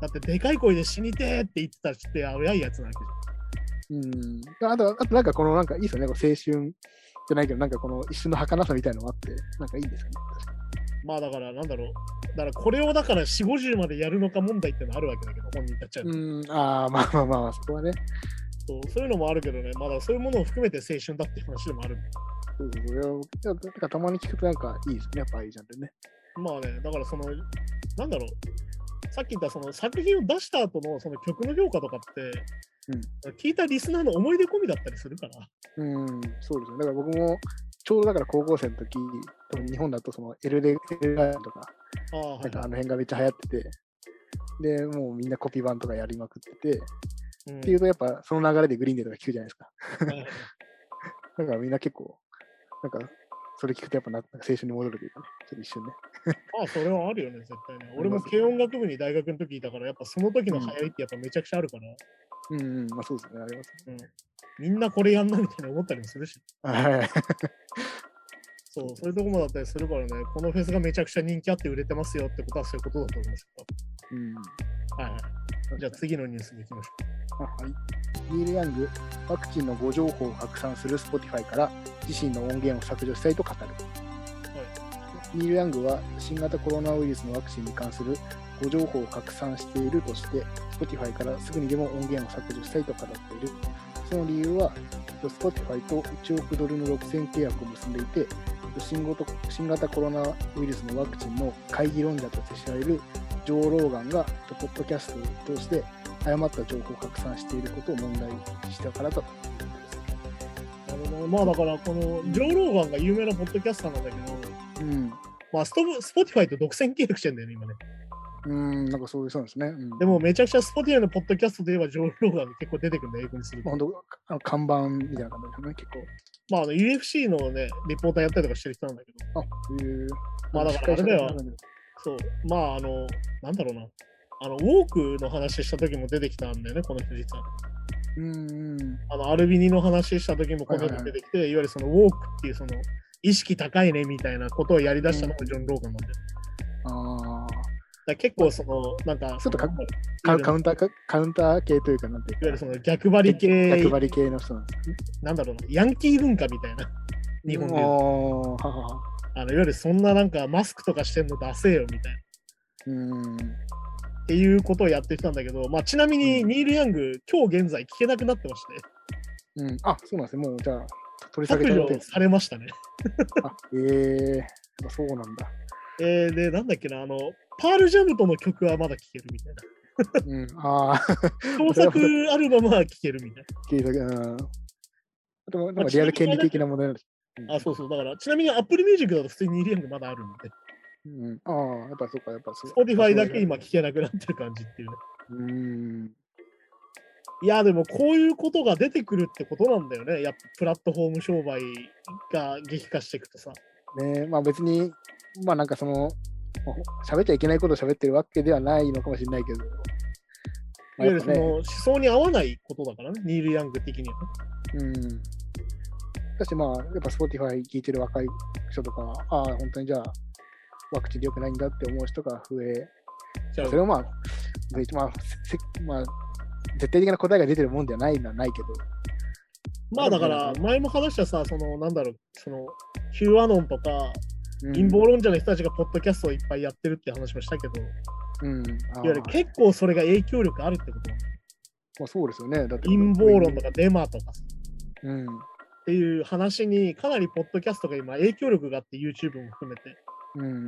だってでかい声で死にてーって言ってた人って、あやいやつなわけじうん。あと、あとなんかこの、なんかいいですよね。こう青春じゃないけど、なんかこの一瞬の儚さみたいなのもあって、なんかいいですよね。確かに。ゃん。まあだからなんだろう、だからこれをだから4、50までやるのか問題ってのあるわけだけど、本人たちは。うん。ああ、まあまあまあまあ、そこはね。そうそういうのもあるけどね、まあだからそういうものを含めて青春だっていう話でもあるんだけどそうそうそういや。なんかたまに聞くとなんかいいですね。やっぱああいうジャンルね。まあね、だからその、なんだろう、さっき言ったその作品を出した後のその曲の評価とかって、聞いたリスナーの思い出込みだったりするから、うん、そうですね。だから僕も、ちょうどだから高校生の時、多分日本だとそのエルレエルレガンとか、ああ、はなんいかはあの辺がめっちゃ流行ってて、で、もうみんなコピー版とかやりまくってて、い。うんっていうとやっぱその流れでグリーンデーとか聞くじゃないです か。はいはいだからみんな結構、なんか、それ聞くとやっぱななんか青春に戻るというかね、ちょっと一瞬ね。まあ、それはあるよね、絶対ね。ります俺も軽音楽部に大学の時いたから、やっぱその時の流行りってやっぱめちゃくちゃあるから、うん、うん、まあそうですね、ありますね。みんなこれやんなみたいな思ったりもするし、はい。そう、そういうとこもだったりするからね、このフェスがめちゃくちゃ人気あって売れてますよってことはそういうことだと思うんですうけん。ど。はいはい。じゃあ次のニュースに行きましょあはい、ニール・ヤング、ワクチンの誤情報を拡散する Spotify から自身の音源を削除したいと語る。ニール・ヤングは新型コロナウイルスのワクチンに関する誤情報を拡散しているとして、Spotify からすぐにでも音源を削除したいと語っている。その理由は、Spotify と1億ドルの6000契約を結んでいて、新型新型コロナウイルスのワクチンの会議論者として知られるジョー・ローガンが、ポッドキャストを通して誤った情報を拡散していることを問題にしたからだと。う。あのねまあだから、この、ジョー・ローガンが有名なポッドキャスターなんだけど、うん、まあ、ストブ、スポティファイと独占契約してんだよね、今ね。うん、なんかそういうそうですね。うんでも、めちゃくちゃスポティファイのポッドキャストで言えば、ジョー・ローガンが結構出てくるんだよ、英語にすると。まあ本当あの看板みたいな感じですよね、結構。まあ、あの UFC のね、リポーターやったりとかしてる人なんだけど、あ、そういう。まあだからあれだよ司会者のそう、まあ、あの、なんだろうな、あの、ウォークの話した時も出てきたんだよね、この人実は。うんうん。あの、アルビニの話した時もこの人出てきて、いわゆるそのウォークっていう、その、意識高いねみたいなことをやりだしたのがジョン・ローガンなんだよ。だかあら結構、その、なんか、ちょっとかいわあ。カウカウンターか、カウンター系というか、なんていうか。ゆるその逆張り系、逆張り系の人なんですね。なんだろうな、ヤンキー文化みたいな、日本であいう。ーははは。あのいわゆるそんななんかマスクとかしてんの出せよみたいな。うん。っていうことをやってきたんだけど、まあ、ちなみにうんニール・ヤング、今日現在聞けなくなってまして、うん。あ、そうなんですね。もう、じゃあ、取り下削げてもらってい除いですされましたね。か。あ、えー、やっぱそうなんだ。えー、で、なんだっけな、あの、パールジャムとの曲はまだ聴けるみたいな。うん。ああ、創作アルバムは聴けるみたい聞いたけど。うんあと、なんかリアル権利的な問題なんです。 な。あ、そうそう。だから、ちなみに Apple Music だと普通にニール・ヤングまだあるんで、うん。ああ、やっぱそうか、やっぱそう。 Spotify だけ今聴けなくなってる感じっていうね。うん。いや、でもこういうことが出てくるってことなんだよね。やっぱプラットフォーム商売が激化していくとさ。ねまあ別に、まあなんかその、まあ喋っちゃいけないことを喋ってるわけではないのかもしれないけど、いまあわゆやるっそぱのね、思想に合わないことだからね、ニール・ヤング的にはね。うん。そしてまあ、やっぱ Spotify 聞いてる若い人とかは、ああ、本当にじゃあ、ワクチンでよくないんだって思う人が増え、じゃあそれはまあ、増えまあ、せまあ、絶対的な答えが出てるもんではないのはないけど、まあだから、前も話したさ、その、なんだろう、その、ヒューアノンとか、うん陰謀論者の人たちがポッドキャストをいっぱいやってるって話もしたけど、いうん、いわわゆる結構それが影響力あるってこと。まあそうですよね。だって陰謀論とかデマとかさうん。っていう話にかなりポッドキャストが今影響力があって YouTube も含めてうん。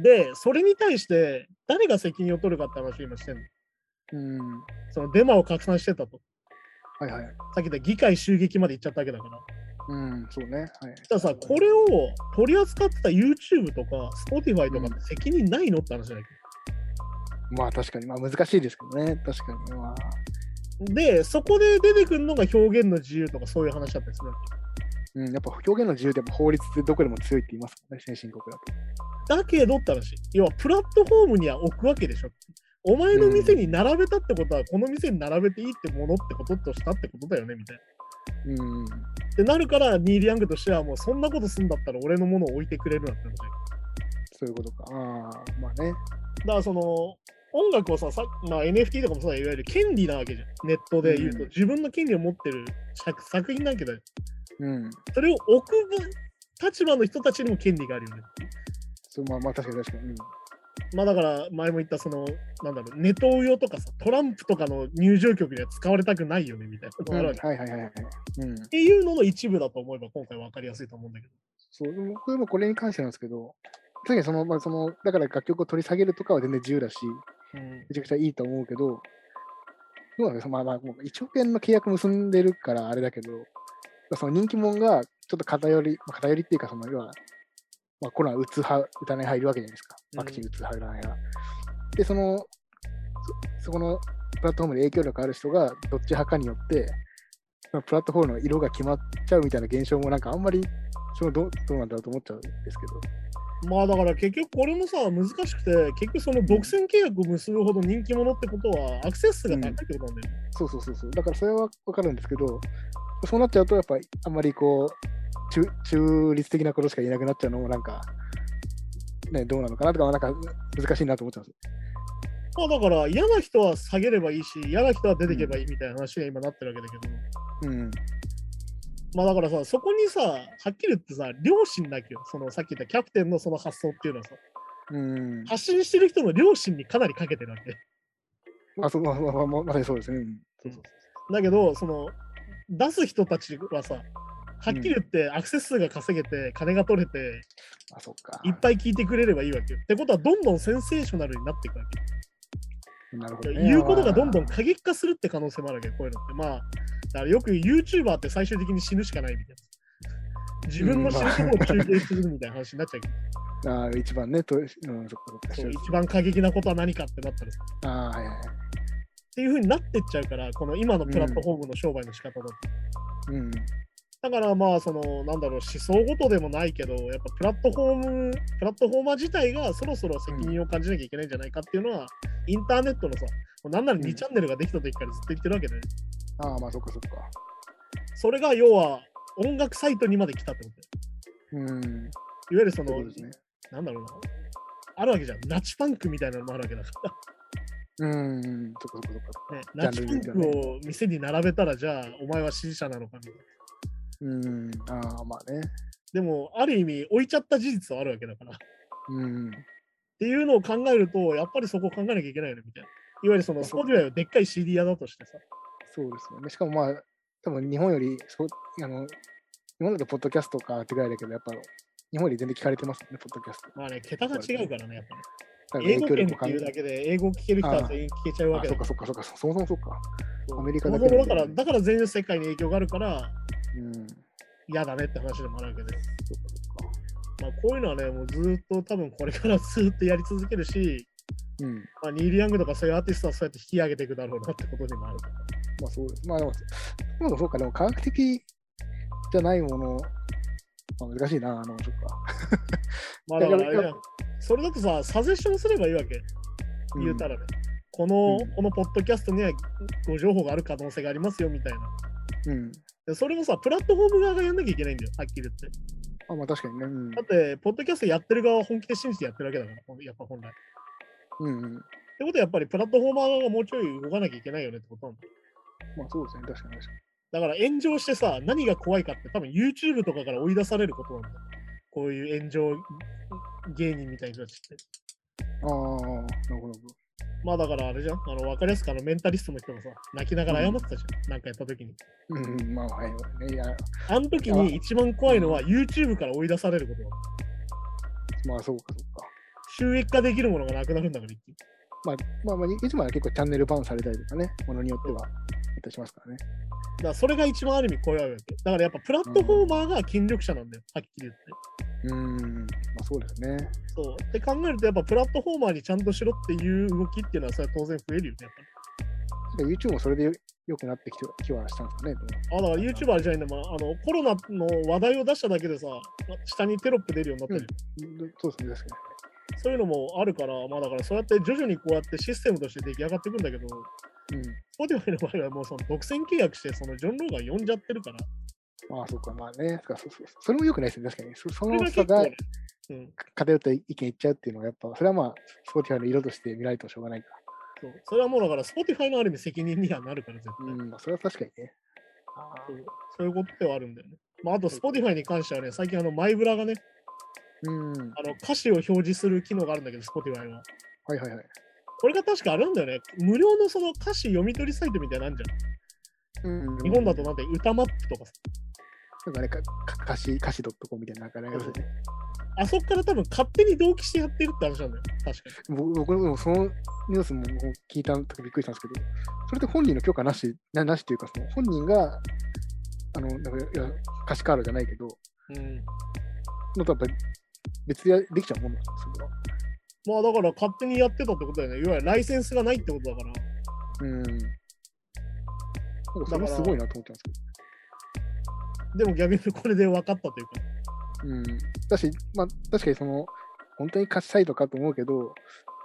でそれに対して誰が責任を取るかって話を今してんのうん。そのデマを拡散してたとはいはい。さっき言った議会襲撃まで行っちゃったわけだからうん。そうね。はい。たださこれを取り扱ってた YouTube とか Spotify とかって責任ないのって話じゃないまあ確かに。まあ難しいですけどね。確かに。まあ。でそこで出てくるのが表現の自由とかそういう話だったりするわけうん。やっぱ表現の自由ってやっぱ法律ってどこでも強いって言いますもんね。先進国だと。だけどって話要はプラットフォームには置くわけでしょお前の店に並べたってことは、この店に並べていいってものってこととしたってことだよねみたいな。うん。ってなるから、ニール・ヤングとしては、もうそんなことすんだったら俺のものを置いてくれるなって話だよそういうことか。ああ。まあね。だからその音楽をささ、まあ、NFT とかもそうだけどいわゆる権利なわけじゃん。ネットで言うと、うん自分の権利を持ってる作作品なわけだよ。うん。それを置く分立場の人たちにも権利があるよね。そうまあまあ確かに確かに。うん。まあだから前も言ったそのなんだろうネトウヨとかさトランプとかの入場曲には使われたくないよねみたいなことがあうんるはわいけ、っはいはいはい。うん。ていうのの一部だと思えば今回分かりやすいと思うんだけどそう、でも僕もこれに関してなんですけど、確かにその、まあその、だから楽曲を取り下げるとかは全然自由だし、めちゃくちゃいいと思うけど、どうなんですかまあまあ、もう1億円の契約結んでるからあれだけど、その人気者がちょっと偏り、まあ、偏りっていうか、その、要は、まあ、コロナ打つ派、打たない派いるわけじゃないですか。ワクチン打つ派、打たない派。で、そのそ、そこのプラットフォームで影響力ある人がどっち派かによって、まあプラットフォームの色が決まっちゃうみたいな現象もなんかあんまりそのどどうなんだろうと思っちゃうんですけど。まあだから結局これもさ難しくて結局その独占契約を結ぶほど人気者ってことはアクセス数が高いってことなんだよね、そうそうそうそう。だからそれはわかるんですけど、そうなっちゃうと、やっぱりあんまりこう、中中立的なことしか言えなくなっちゃうのも、なんか、ね、どうなのかなとか、なんか難しいなと思っちゃうんですまあだから嫌な人は下げればいいし嫌な人は出てけばいいみたいな話が今なってるわけだけど、よ。うん。まあだからさそこにさはっきり言ってさ両親だけよそのさっき言ったキャプテンのその発想っていうのはさうん。発信してる人の両親にかなりかけてるわけ。あ、そう、まあまあまあまあまさにそうですね。うん。そうそうだけど、その出す人たちはさ、はっきり言ってアクセス数が稼げて、金が取れて、そう。あ、そっか。いっぱい聞いてくれればいいわけよ。ってことは、どんどんセンセーショナルになっていくわけ。なるほど、ね。言うことがどんどんまあ過激化するって可能性もあるわけよ、こういうのって。まあ、だからよく YouTuber って最終的に死ぬしかないみたいな。自分の死ぬところを中継するみたいな話になっちゃうけどあー一番ね、とうん、そっかそっか。そう、一番過激なことは何かってなったらさ。っああ、はいはいはい。ていうふうになってっちゃうから、この今のプラットフォームの商売の仕方だと。うん。だからまあそのなんだろう思想ごとでもないけどやっぱプラットフォームプラットフォーマー自体がそろそろ責任を感じなきゃいけないんじゃないかっていうのは、インターネットのさもうなんならうん2チャンネルができた時からずっと言ってるわけで、ああ、まあそっかそっか。それが要は音楽サイトにまで来たってことだよういわん。ゆるそのそうですね。なんだろうなあるわけじゃんナチパンクみたいなのもあるわけだかうん。うんそっかそっかそっか。ら、ね、ジャナンルチにパよっンてはクねを店に並べたらじゃあお前は支持者なのかみたいなうん、ああ、まあね。でもある意味置いちゃった事実はあるわけだからうん。っていうのを考えると、やっぱりそこを考えなきゃいけないよね、みたいな。いわゆるその、スそうポティファイをでっかい CD 屋だとしてさ。そうですよね。しかもまあ、多分日本より、そうあの日本だとポッドキャストかってぐらいだけど、やっぱ日本より全然聞かれてますもんね、ポッドキャスト。まあね、桁が違うからね、やっぱね。多分英語圏っもて感いじうだけで、英語を聞ける人は全員聞けちゃうわあ、けそだっかかそっかそっか、そもそもそっか。ら。アメリカだけそもそもでだから、だから全世界に影響があるから、うん。そっか嫌だねって話でもあるわけで。そっか。まあ、こういうのはね、もうずっと多分これからずっとやり続けるし、うん。まあ、ニール・ヤングとかそういうアーティストはそうやって引き上げていくだろうなってことでもあるから。まあそうです。まあでも、でもそうか、でも科学的じゃないもの、まあ、難しいな、あの、そっか。まあだからあれだからだよ、それだとさ、サジェッションすればいいわけ。ん言うたらね、この、うんこのポッドキャストにはご情報がある可能性がありますよみたいな。うん。でそれもさ、プラットフォーム側がやんなきゃいけないんだよ、はっきり言って。あ、まあ確かにね。うんだ。って、ポッドキャストやってる側は本気で信じてやってるわけだから、ほんやっぱ本来。っうん、うん。てことはやっぱりプラットフォーマー側がもうちょい動かなきゃいけないよねってことなんだよ。まあそうですね、確かに確かに。だから炎上してさ、何が怖いかって多分 YouTube とかから追い出されることなんだよ。こういう炎上芸人みたいな人たちって。ああ、なるほど。まあだからあれじゃん、あの、わかりやすくあのメンタリストの人がさ、泣きながら謝ってたじゃん、なんかやった時に。うん、まあ、はい、ね。いや、あの時に一番怖いのは YouTube から追い出されることだ。まあ、そうか、そうか。収益化できるものがなくなるんだから、一気にまあ、まあ、まあ、いつもは結構チャンネルバンされたりとかね、ものによっては、いたしますからね。だからそれが一番ある意味怖いわけ。だからやっぱプラットフォーマーが権力者なんだよ、はっきり言って。うん、まあ、そうですね。そう。って考えると、やっぱプラットフォーマーにちゃんとしろっていう動きっていうのは、それは当然増えるよね、やっぱり。確かに YouTube もそれでよ良くなってきて気はしたんですかね。どうあだから YouTuber じゃないんだ、まあ、あのコロナの話題を出しただけでさ、下にテロップ出るようになってる、うんそうですね、確かそういうのもあるから、まあだからそうやって徐々にこうやってシステムとして出来上がっていくんだけど、に。うん。 Spotify の場合はもうその独占契約して、そのジョン・ローガン呼んじゃってるから、まあそうか、まあね、そうかそうそうそれも良くないですね、確かに。そそそれがの結差構がね、うん、偏った意見いっちゃうっていうのは、やっぱ、それはまあ、スポーティファイの色として見られてもしょうがないかそうそれはもうだから Spotify のある意味責任にはなるから、絶対、ら。うん、まあ、それは確かにね。あそう。そういうことではあるんだよね。まあ、あと Spotify に関してはね、最近あのマイブラがね、うん。はあの歌詞を表示する機能があるんだけど、Spotify は。いはいはい。これが確かあるんだよね。無料のその歌詞読み取りサイトみたいなのあんじゃん。うん、日本だとなんて歌マップとかさ。なんかね、かか歌詞、歌詞 .com みたいな、なんかね、そうあそこから多分勝手に同期してやってるって話なんだよ。確か僕僕もそのニュースも聞いた時びっくりしたんですけど、それって本人の許可なし、ななしというか、その本人が、あの、なんかいや歌詞カードじゃないけど、に。うん。のとやっぱり別でやできちゃうもんなんですよ、それは。まあだから勝手にやってたってことだよね。いわゆるライセンスがないってことだから。うん。なんかそれもすごいなと思ったんですけど。でも逆にこれで分かったというか。うん、だし、まあ、確かにその、本当に歌詞サイトかと思うけど、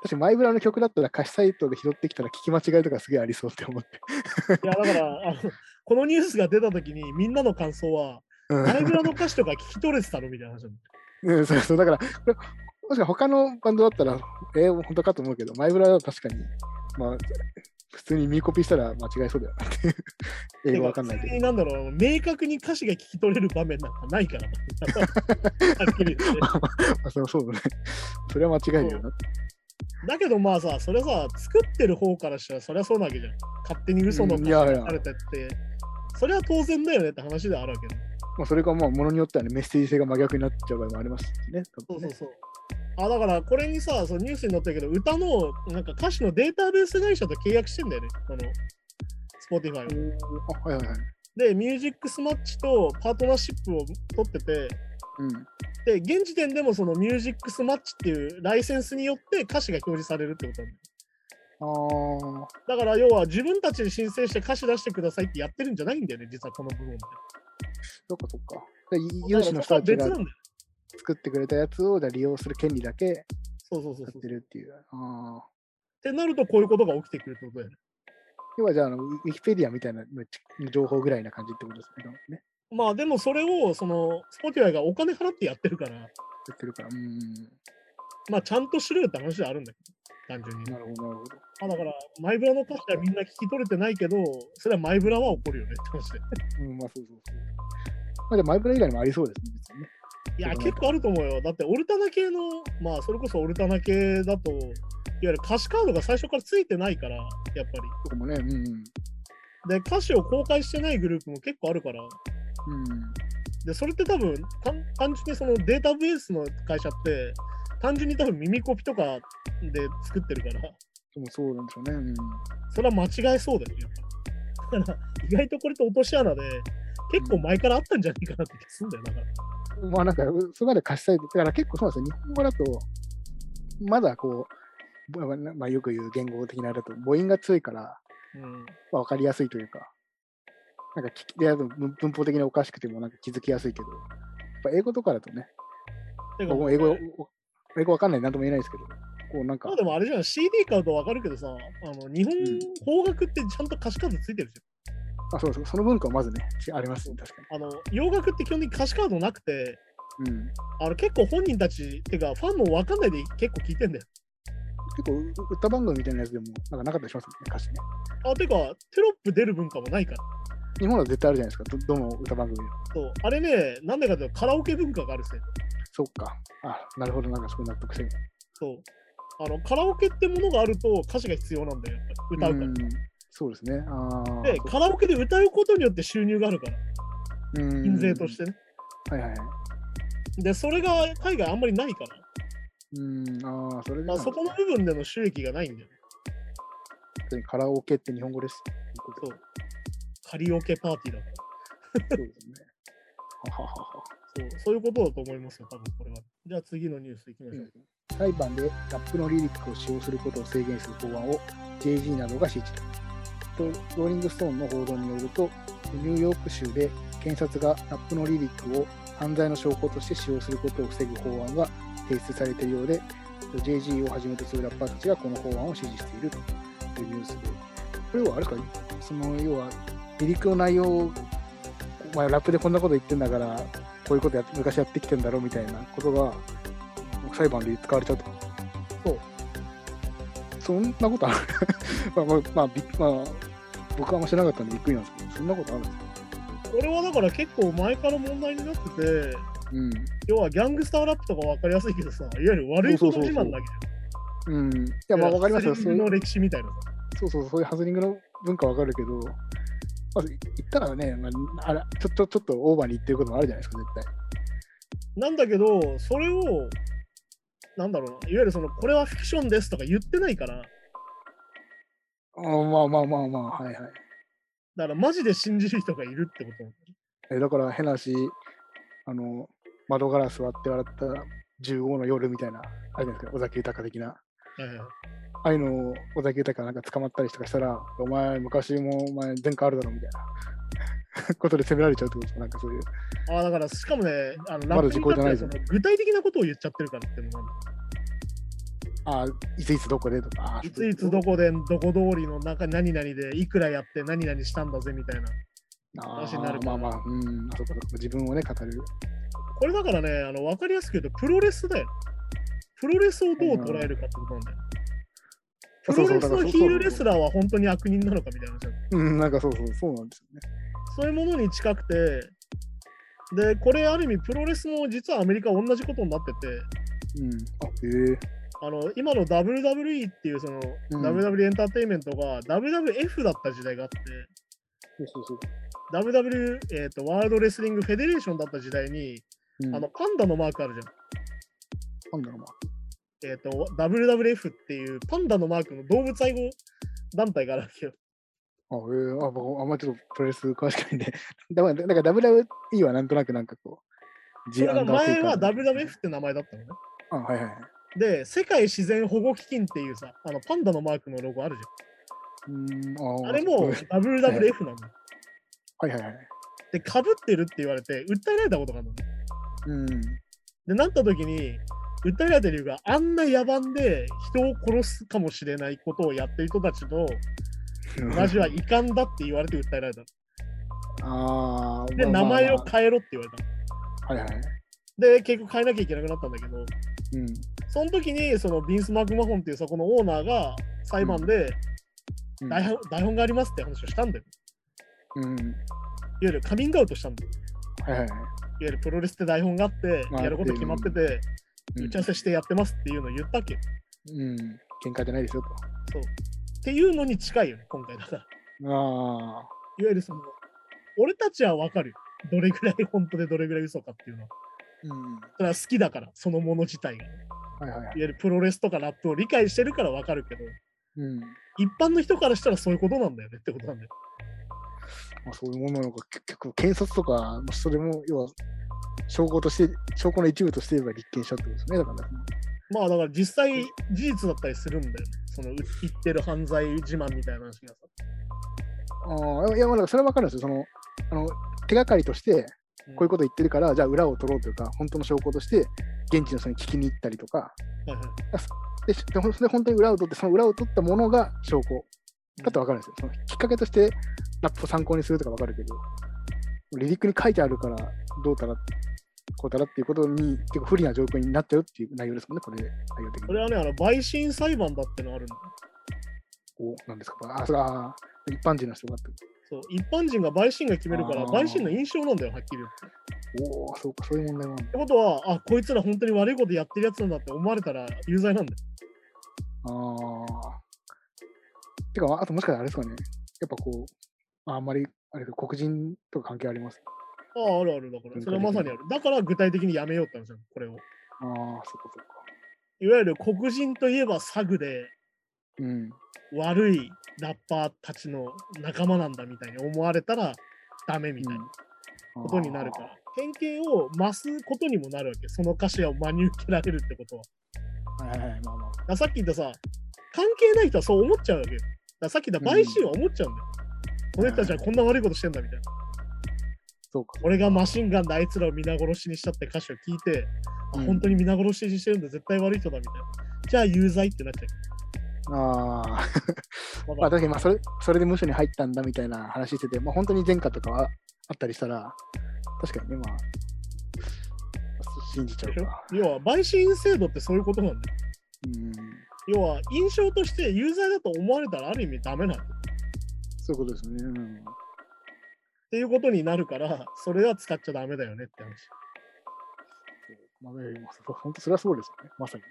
確かにマイブラの曲だったら歌詞サイトで拾ってきたら聞き間違いとかすげえありそうって思って。いやだから、あのこのニュースが出た時にみんなの感想 は、うんライブラの歌詞とか聞き取れてたのみたいな話なんだようん、そうそう、だから、これもしかしたら他のバンドだったら、えー、本当かと思うけど、マイブラは確かに、まあ、普通に見コピしたら間違いそうだよなっていう。英語わかんないてか普通けどに。なんだろう、明確に歌詞が聞き取れる場面なんかないからな。はっきり言 って。まあ、それはそうだね。それは間違いだよな。だけどまあさ、それさ、作ってる方からしたらそりゃそうなわけじゃん。勝手に嘘のうん歌詞いやいやがされてって、それは当然だよねって話ではあるわけね。まあ、それがまあ、ものによってはね、メッセージ性が真逆になっちゃう場合もありますしね。多そう分そねうそう。あだからこれにさ、そのニュースに載ったけど、歌のなんか歌詞のデータベース会社と契約してんだよね、この Spotify は。うんあはいはいはい。で、ミュージックスマッチとパートナーシップを取ってて、うん。で、現時点でもそのミュージックスマッチっていうライセンスによって歌詞が表示されるってことなんだよ。ああ、だから要は自分たちで申請して歌詞出してくださいってやってるんじゃないんだよね、実はこの部分って。そっかそっか。で有志の人たちだからそこがは別なんだよ。作ってくれたやつをじゃあ利用する権利だけそうそうそうやそっう。ってるっていう。ああ。てなるとこういうことが起きてくるってことだよね。要はじゃああの、ウィウィキペディアみたいなの情報ぐらいな感じってことですね。多分ねまあでもそれをその Spotify がお金払ってやってるから、やってるから。うん。まあちゃんとしろよって話であるんだけど、単純に。なるほど、なるほど。あだから、マイブラの歌詞はみんな聞き取れてないけど、それはマイブラは怒るよねって話で。うん、まあそうそうそう。まあでもマイブラ以外にもありそうですね、別にね。いや、結構あると思うよ。だってオルタナ系の、まあそれこそオルタナ系だと、いわゆる歌詞カードが最初からついてないから、やっぱり。そこもね、うんうん。で、歌詞を公開してないグループも結構あるから、うん。で、それって多分、単単純にそのデータベースの会社って、単純に多分耳コピとかで作ってるから、でもそうなんでしょうね。うん。それは間違えそうだよね、やっぱ。だから、意外とこれって落とし穴で、結構前からあったんじゃないかなって気すんだよ、だから。まあなんか、そこまで貸したい。だから結構そうなんですよ。日本語だと、まだこう、まあまあ、よく言う言語的なあれだと、母音が強いから、うん。まあ、分かりやすいというか、なんか聞きであと文文法的におかしくてもなんか気づきやすいけど、やっぱ英語とかだとね、てか僕も英語、英語わかんないなんとも言えないですけど、こうなんかまあ、でもあれじゃん、CD 買うとわかるけどさ、あの日本うん方角ってちゃんと歌詞カードついてるじあそうそうその文化はまずね、ちありますね、確かゃん。あの洋楽って基本的に歌詞カードなくて、に。うん。あの結構本人たち、てかファンもわかんないで結構聞いてんだよ。結構、う歌番組みたいなやつでも、なんかなかったりしますもんね、歌詞ね。あてか、テロップ出る文化もないから。日本は絶対あるじゃないですか、どどの歌番組でも。そうあれね、なんでかというとカラオケ文化があるせいでそっか。あ、なるほど、なんかそこ納得してる。そう。あのカラオケってものがあると歌詞が必要なんだよ、やっぱり歌うから。んそうですね。ああ。で、カラオケで歌うことによって収入があるから、印印税としてね。はいはいはい。で、それが海外あんまりないから、うん、ああ、それで、まあ、そこの部分での収益がないんだよね。本当にカラオケって日本語です。そう。カリオケパーティーだから。そうですね。はははは。そうそういうことだと思いますよ、多分これは。じゃあ次のニュースいきましょう。裁判でラップのリリックを使用することを制限する法案を JG などが支持とローリング・ストーンの報道によるとニューヨーク州で検察がラップのリリックを犯罪の証拠として使用することを防ぐ法案が提出されているようで JG をはじめとするラッパーたちがこの法案を支持しているというニュースでこれはあれかその要はリリックの内容をお前ラップでこんなこと言ってんだからこういうことやっ昔やってきてんだろみたいなことが裁判で使われちゃうとそうそんなことある まあまあ、まあびっまあ、僕はあんま知らなかったんでびっくりなんですけどそんなことあるんですかこれはだから結構前から問題になってて、うん要はギャングスターラップとか分かりやすいけどさ、いわゆる悪いこと自慢だけじうん、いゃやん。まあわかりますよスそリうングの歴史みたいなさ。そうそうそういうハズリングの文化わかるけど、まあ、言ったらね、まあ、あれちょっとちょっとオーバーに言ってることもあるじゃないですか絶対なんだけど、それを、なんだろうな、いわゆるその、これはフィクションですとか言ってないから、あーまあまあまあまあはいはいだからマジで信じる人がいるってことなんだよえだから変な話あの窓ガラス割って笑った15の夜みたいなあれじゃないですか尾崎豊的なね。はいはいああいうのを尾崎豊がなんか捕まったりとかしたら、お前、昔もお前、前科あるだろみたいな ことで責められちゃうってことですかなんかそういう。ああ、だから、しかもね、あのまラだップ時に効じゃ関なっいてぞその具体的なことを言っちゃってるからっていうのもあああ、いついつどこでとか。ああるいついつどこで、どこ通りの中、何々で、いくらやって、何々したんだぜみたいな。あ話になるかあ、まらあまあ、うん、あそこそこ自分をね、語る。これだからね、あの分かりやすく言うと、プロレスだよ。プロレスをどう捉えるかってことなんだよ。プロレスのヒールレスララーは本当に悪人なのかみたいな話なんだよー。うん、なんかそうそう、そうなんですよね。そういうものに近くて、で、これある意味プロレスも実はアメリカ同じことになってて、うん。あ、へえ。あの、今の WWE っていうその、うん WWE エンターテインメントが WWF だった時代があって、そうそうそう。 WW、えー、とワールドレスリングフェデレーションだった時代に、うん、あの、パンダのマークあるじゃん。なんだろう、まあ。えっ、と、WWF っていうパンダのマークの動物愛護団体があるわけよ。あ、ええあ、僕、あんまちょっとプロレス詳しくないんで。 だから、だから WWE はなんとなくなんかこう、それが前は WWF? WWF って名前だったのね。あ、はいはいはい。で、世界自然保護基金っていうさ、あのパンダのマークのロゴあるじゃん。うんあーあれもそう WWF なの。はいはいはい。で、かぶってるって言われて、訴えられたことがあるの。で、うん。なった時に、訴えられた理由があんな野蛮で人を殺すかもしれないことをやってる人たちと同じは遺憾だって言われて訴えられ たの。あーで、まあ名前をまあ変えろって言われたの。まあはいはい。で、結局変えなきゃいけなくなったんだけど、うん。その時に、そのビンス・マクマホンっていうそこのオーナーが裁判でうん台本,、台本がありますって話をしたんだよ。うん。いわゆるカミングアウトしたんだよ。はいはいはい。いわゆるプロレスって台本があって、まあやること決まってて、うん打ち合わせしてやってますっていうのを言ったっけうん。喧嘩じゃないですよと。そう。っていうのに近いよね、今回だから。いあわゆるその、俺たちはわかるよ。どれぐらい本当でどれぐらい嘘かっていうのは。ーうん。それは好きだから、そのもの自体が。いわはいはいはい。ゆるプロレスとかラップを理解してるからわかるけど、うん。ま一般の人からしたらそういうことなんだよねってことなんだよ。あ、そういうものなのか、結結構検察とか、まあそれも、要は、証拠として、証拠の一部として言えば立件したってことですね。だから、まあだから実際事実だったりするんだよね。そのう言ってる犯罪自慢みたいな話がさ。ああ、いや、まあ、だからそれは分かるんですよ。その、あの、手がかりとして、こういうこと言ってるから、じゃあ裏を取ろうというか、本当の証拠として、現地の人に聞きに行ったりとか、と。はいはいで、しでほんそれで本当に裏を取って、その裏を取ったものが証拠だと分かるんですよ。そのきっかけとしてラップを参考にするとか分かるけど、リリックに書いてあるから、どうたら、こうたらっていうことに、結構不利な状況になっちゃうっていう内容ですもんね、これ、内容的こに。れはね、あの、陪審裁判だってのあるんだよ。おなんですか、これあ、それはあー一般人の人がってこそう、一般人が陪審が決めるから、あー陪審の印象なんだよ、はっきり言って。と。おお、そうか、そういう問題もあるんっだ。てことは、あこいつら本当に悪いことやってるやつなんだって思われたら有罪なんだよ。ああ。てか、あともしかしたらあれですかね。やっぱこう、あんまり、あれですけど黒人とか関係あります。ああ、あるあるだから、それはまさにある。だから具体的にやめようって話なの、これを。ああ、そっかそっか。いわゆる黒人といえばサグでうん。悪いラッパーたちの仲間なんだみたいに思われたらダメみたいなうんことになるから。偏見を増すことにもなるわけ。その歌詞を真に受けられるってことは。あーはいはいはい、まあまあ。だからさっき言ったさ、関係ない人はそう思っちゃうわけよ。だからさっき言った買収は思っちゃうんだよ。この人たちはこんな悪いことしてんだみたいな。そうか。俺がマシンガンであいつらを皆殺しにしたって歌詞を聞いて、あうん本当に皆殺しにしてるんだ、絶対悪い人だみたいな。じゃあ有罪ってなっちゃあ あ。う。ままあ、だ確かにまあそれそれで無所に入ったんだみたいな話してて、まあ、本当に前科とかはあったりしたら、確かにね、まあ、信じちゃうか。要は、陪審制度ってそういうことなんだよ。うん、要は、印象として有罪だと思われたらある意味ダメなんだよ。っそういうことですね。うん、ていうことになるから、それは使っちゃダメだよねって話。まあ、いやいやそう本当それはそうですよね、まさに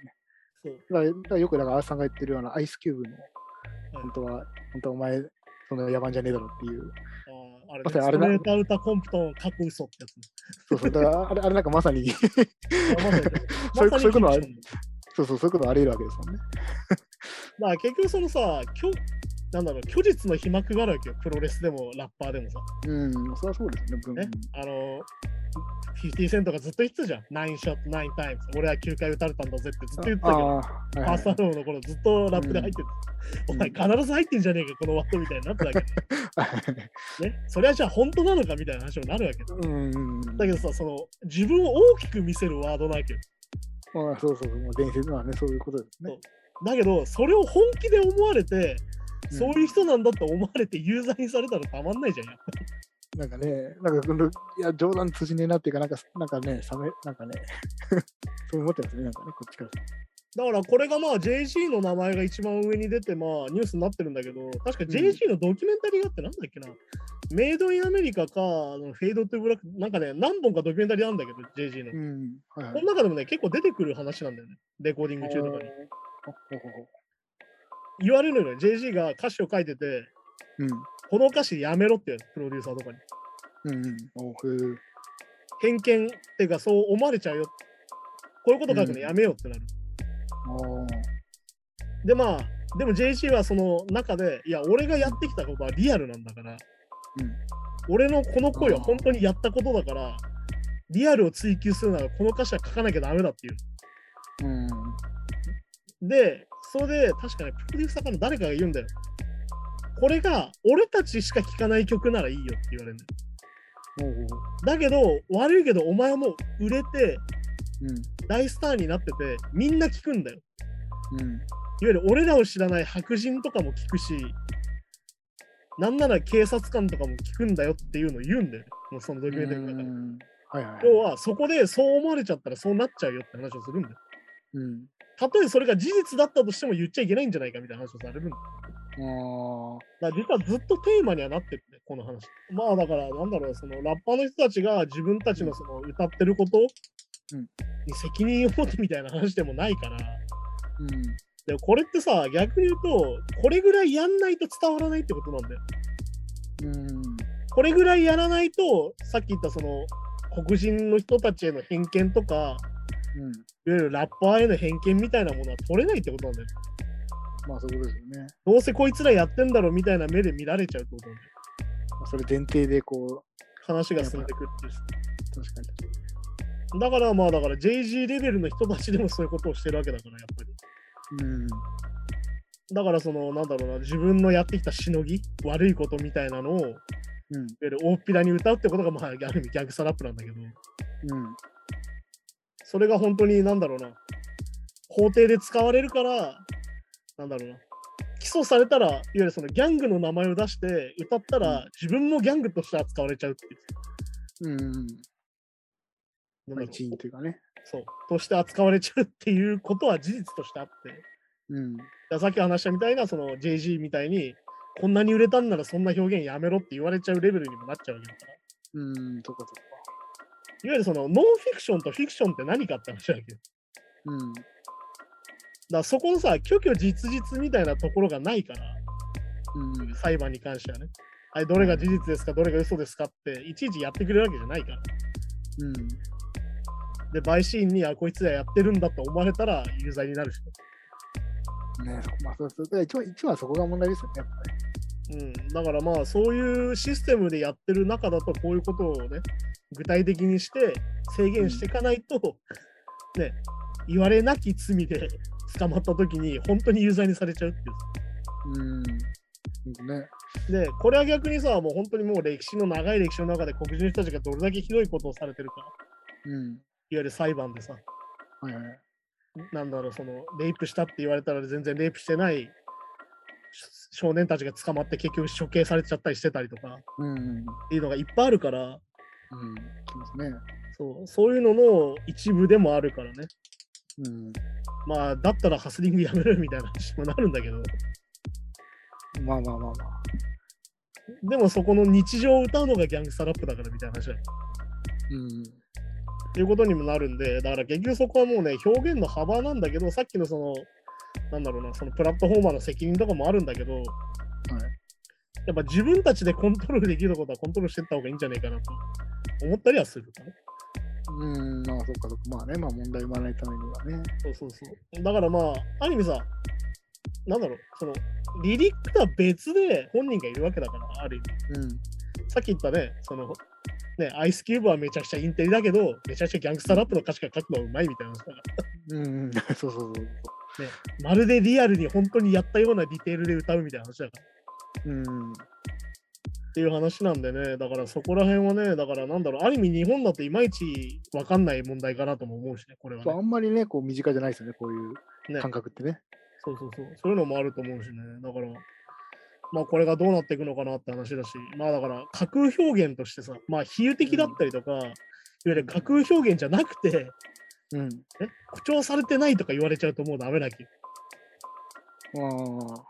ね。そう。だからだからよくだからアースさんが言ってるようなアイスキューブの、い本当は、本当はお前、その野蛮じゃねえだろっていう。あーあれ、ね、まスさにあトれだレートアウターコンプトン、過去嘘ってやつね。そうそう、だからあれあれなんかまさに、 あまさにそういまうさにそういうことはあるキムチなんだよそうそう、そういうことあり得るわけですもんね。まあ結局そのさ、虚なんだろう、虚実の皮膜があるわけよ。プロレスでもラッパーでもさ。うん、それはそうですよね、文ねあの、50セントがずっと言ってたじゃん。9ショット、9タイムズ。俺は9回打たれたんだぜってずっと言ってたけど、ああー、フはいァはーいストアローの頃ずっとラップで入ってる、うんお前必ず入ってんじゃねえか、このワットみたいになってたけど、ね。それはじゃあ本当なのかみたいな話になるわけだ。うん。だけどさ、その自分を大きく見せるワードなわけよ。まあ、そうそうそう、もう伝説はね、そういうことですね。だけど、それを本気で思われて、うんそういう人なんだって思われて有罪にされたらたまんないじゃん。やっぱなんかね、なんかこの、いや、冗談通じねえなっていうか、なんか、なんかね、冷め、なんかね、 そう思ってますね、なんかね、こっちから。だからこれがまあ JG の名前が一番上に出てまあニュースになってるんだけど、確か JG のドキュメンタリーがあってなんだっけな、メイドインアメリカか、あのフェイドトゥブラック、なんかね、何本かドキュメンタリーあるんだけど、JG の。こうん。はい、はいの。中でもね、結構出てくる話なんだよね、レコーディング中とかに。ほほほほ言われるのよ、JG が歌詞を書いてて、うん。この歌詞やめろって言うのプロデューサーとかに。うんうん。おうふう。偏見っていうか、そう思われちゃうよ。こういうこと書くのやめようってなる。おーでまあでも JC はその中でいや俺がやってきたことはリアルなんだから、うん俺のこの声は本当にやったことだからリアルを追求するならこの歌詞は書かなきゃダメだっていううん。でそれで確かねプロデューサーから誰かが言うんだよこれが俺たちしか聴かない曲ならいいよって言われるんだよおうだけど悪いけどお前も売れてうん。大スターになっててみんな聴くんだようん。いわゆる俺らを知らない白人とかも聞くし、なんなら警察官とかも聞くんだよっていうのを言うんだよね、もうそのドキュメンタリーの中で。うんはいはい。要は、そこでそう思われちゃったらそうなっちゃうよって話をするんだよ。うん。たとえそれが事実だったとしても言っちゃいけないんじゃないかみたいな話をされるんだよ。あだから実はずっとテーマにはなってるね、この話。まあだから、なんだろう、そのラッパーの人たちが自分たちのその歌ってることうんに責任を持てみたいな話でもないから。ーうん。でもこれってさ、逆に言うと、これぐらいやんないと伝わらないってことなんだよ。うん。これぐらいやらないと、さっき言ったその黒人の人たちへの偏見とか、いうん。わゆるラッパーへの偏見みたいなものは取れないってことなんだよ。まあ、そういうことですよね。どうせこいつらやってんだろうみたいな目で見られちゃうってことなんだよ。まあ、それ前提で、こう、話が進んでくっていう。確かに。だからまあだから JG レベルの人たちでもそういうことをしてるわけだから、やっぱり。うん。だからその、なんだろうな、自分のやってきたしのぎ、悪いことみたいなのを、いわうん。ゆる大っぴらに歌うってことが、まあ、ある意味ギャグサラップなんだけど。うん。それが本当になんだろうな、法廷で使われるから、なんだろうな、起訴されたら、いわゆるそのギャングの名前を出して歌ったら、うん自分もギャングとして扱われちゃうっていう。うん。なんまあ、だろう一員というかね。そう。として扱われちゃうっていうことは事実としてあって。だかうん。らさっき話したみたいな、その JG みたいに、こんなに売れたんならそんな表現やめろって言われちゃうレベルにもなっちゃうわけだから。うん、そこそこ。いわゆるそのノンフィクションとフィクションって何かって話だけど。うん。からそこのさ、虚虚実実みたいなところがないから、うん裁判に関してはね。はい、どれが事実ですか、どれが嘘ですかって、いちいちやってくれるわけじゃないから。うんで、陪審員に、あ、こいつらやってるんだと思われたら、有罪になるし。ねそこまあ、そうそうだから一番一番そこが問題ですよね、やっぱり。うん、だからまあ、そういうシステムでやってる中だと、こういうことをね、具体的にして、制限していかないと、ね、言われなき罪で 捕まった時に、本当に有罪にされちゃうっていう。うん。ね。で、これは逆にさ、もう本当にもう歴史の長い歴史の中で黒人の人たちがどれだけひどいことをされてるか、いわうん。ゆる裁判でさ、はいはい。なんだろう、その、レイプしたって言われたら全然レイプしてない少年たちが捕まって結局処刑されちゃったりしてたりとかうん。うん。っていうのがいっぱいあるから、きますね。そうそういうのの一部でもあるからね。うん。まあ、だったらハスリングやめるみたいな話にもなるんだけど、まあまあまあまあ。でもそこの日常を歌うのがギャングスタラップだからみたいな話だようん。っていうことにもなるんで、だから結局そこはもうね、表現の幅なんだけど、さっきのその、なんだろうな、そのプラットフォーマーの責任とかもあるんだけど、やっぱ自分たちでコントロールできることはコントロールしてった方がいいんじゃないかなと思ったりはするかな。うん。まあ、そっかそっか。まあね、まあ問題生まないためにはね。そうそうそう。だからまあ、ある意味さ、なんだろう、その、リリックとは別で本人がいるわけだから、ある意味。うん。さっき言ったね、その、ね、アイスキューブはめちゃくちゃインテリだけど、めちゃくちゃギャングスタラップの歌詞が書くのはうまいみたいなさ。うん、 そうそうそうそう。まるでリアルに本当にやったようなディテールで歌うみたいな話だからうん。っていう話なんでね、だからそこら辺はね、だからなんだろう、ある意味日本だといまいち分かんない問題かなとも思うしね、これは、ねそうあ。んまりね、こう身近じゃないですよね、こういねう感覚ってね。そうそうそう、そういうのもあると思うしね、だから、まあこれがどうなっていくのかなって話だし、まあだから架空表現としてさ、まあ比喩的だったりとか、いわゆる架空表現じゃなくて、ね、うん。誇張されてないとか言われちゃうともうダメだけどああ。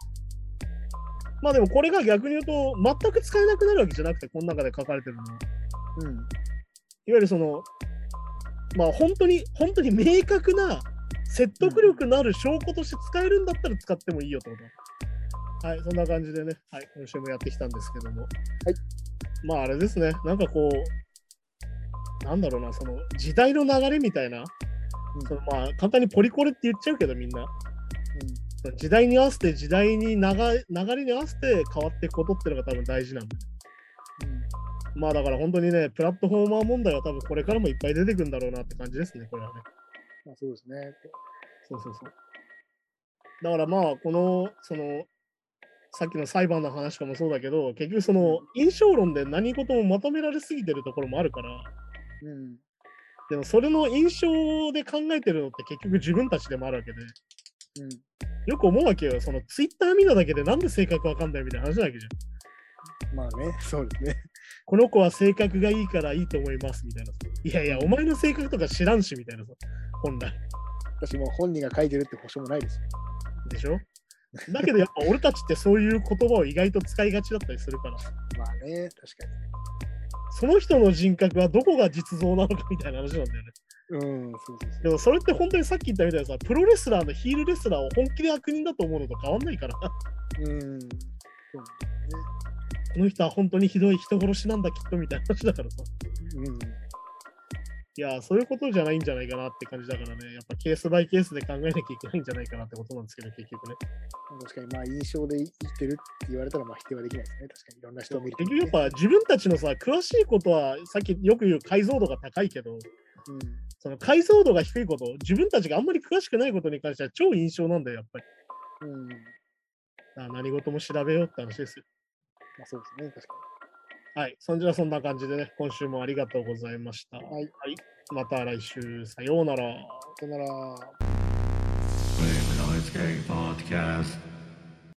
まあでもこれが逆に言うと、全く使えなくなるわけじゃなくて、この中で書かれてるのは。ういん。。わゆるその、まあ本当に、本当に明確な説得力のある証拠として使えるんだったら使ってもいいよってこと。はい、そんな感じでね、はい、今週もやってきたんですけども。はいまああれですね、なんかこう、なんだろうな、その時代の流れみたいな、うんそのまあ簡単にポリコレって言っちゃうけどみんな、その時代に合わせて時代に流流れに合わせて変わっていくことっていうのが多分大事なんで。まあだから本当にね、プラットフォーマー問題は多分これからもいっぱい出てくるんだろうなって感じですね、これはね。まあそうですね。そうそうそう。だからまあ、この、その、さっきの裁判の話とかもそうだけど、結局その、印象論で何事もまとめられすぎてるところもあるから、うん。でもそれの印象で考えてるのって結局自分たちでもあるわけで、うん。よく思うわけよ、そのツイッター見ただけでなんで性格わかんないみたいな話なわけじゃん。まあね、 そうですね。この子は性格がいいからいいと思いますみたいなさ。いやいや、お前の性格とか知らんしみたいなさ、本来。私もう本人が書いてるって保証もないですよ。でしょだけどやっぱ俺たちってそういう言葉を意外と使いがちだったりするから、まあね、確かその人の人格はどこが実像なのかみたいな話なんだよね。に。うん、そうそうでもそれって本当にさっき言ったみたいにさ、プロレスラーのヒールレスラーを本気で悪人だと思うのと変わんないから、こそう。うん。そうの人は本当にひどい人殺しなんだきっとみたいな話だからさ。うん。いやー、そういうことじゃないんじゃないかなって感じだからね、やっぱケースバイケースで考えなきゃいけないんじゃないかなってことなんですけど、結局ね。確かに、まあ印象で生きてるって言われたら、まあ否定はできないですね。確かに、いろんな人を見ると結ね、局やっぱ自分たちのさ、詳しいことはさっきよく言う解像度が高いけど、うん。その解像度が低いこと、自分たちがあんまり詳しくないことに関しては超印象なんだよ、やっぱり。うん。まだから何事も調べようって話ですよ。あそうですね、確かはい。そんじゃそんな感じでね、今週もありがとうございました。に。はい。また来週、さようなら。さよなら。 Flame Lights Gang Podcast.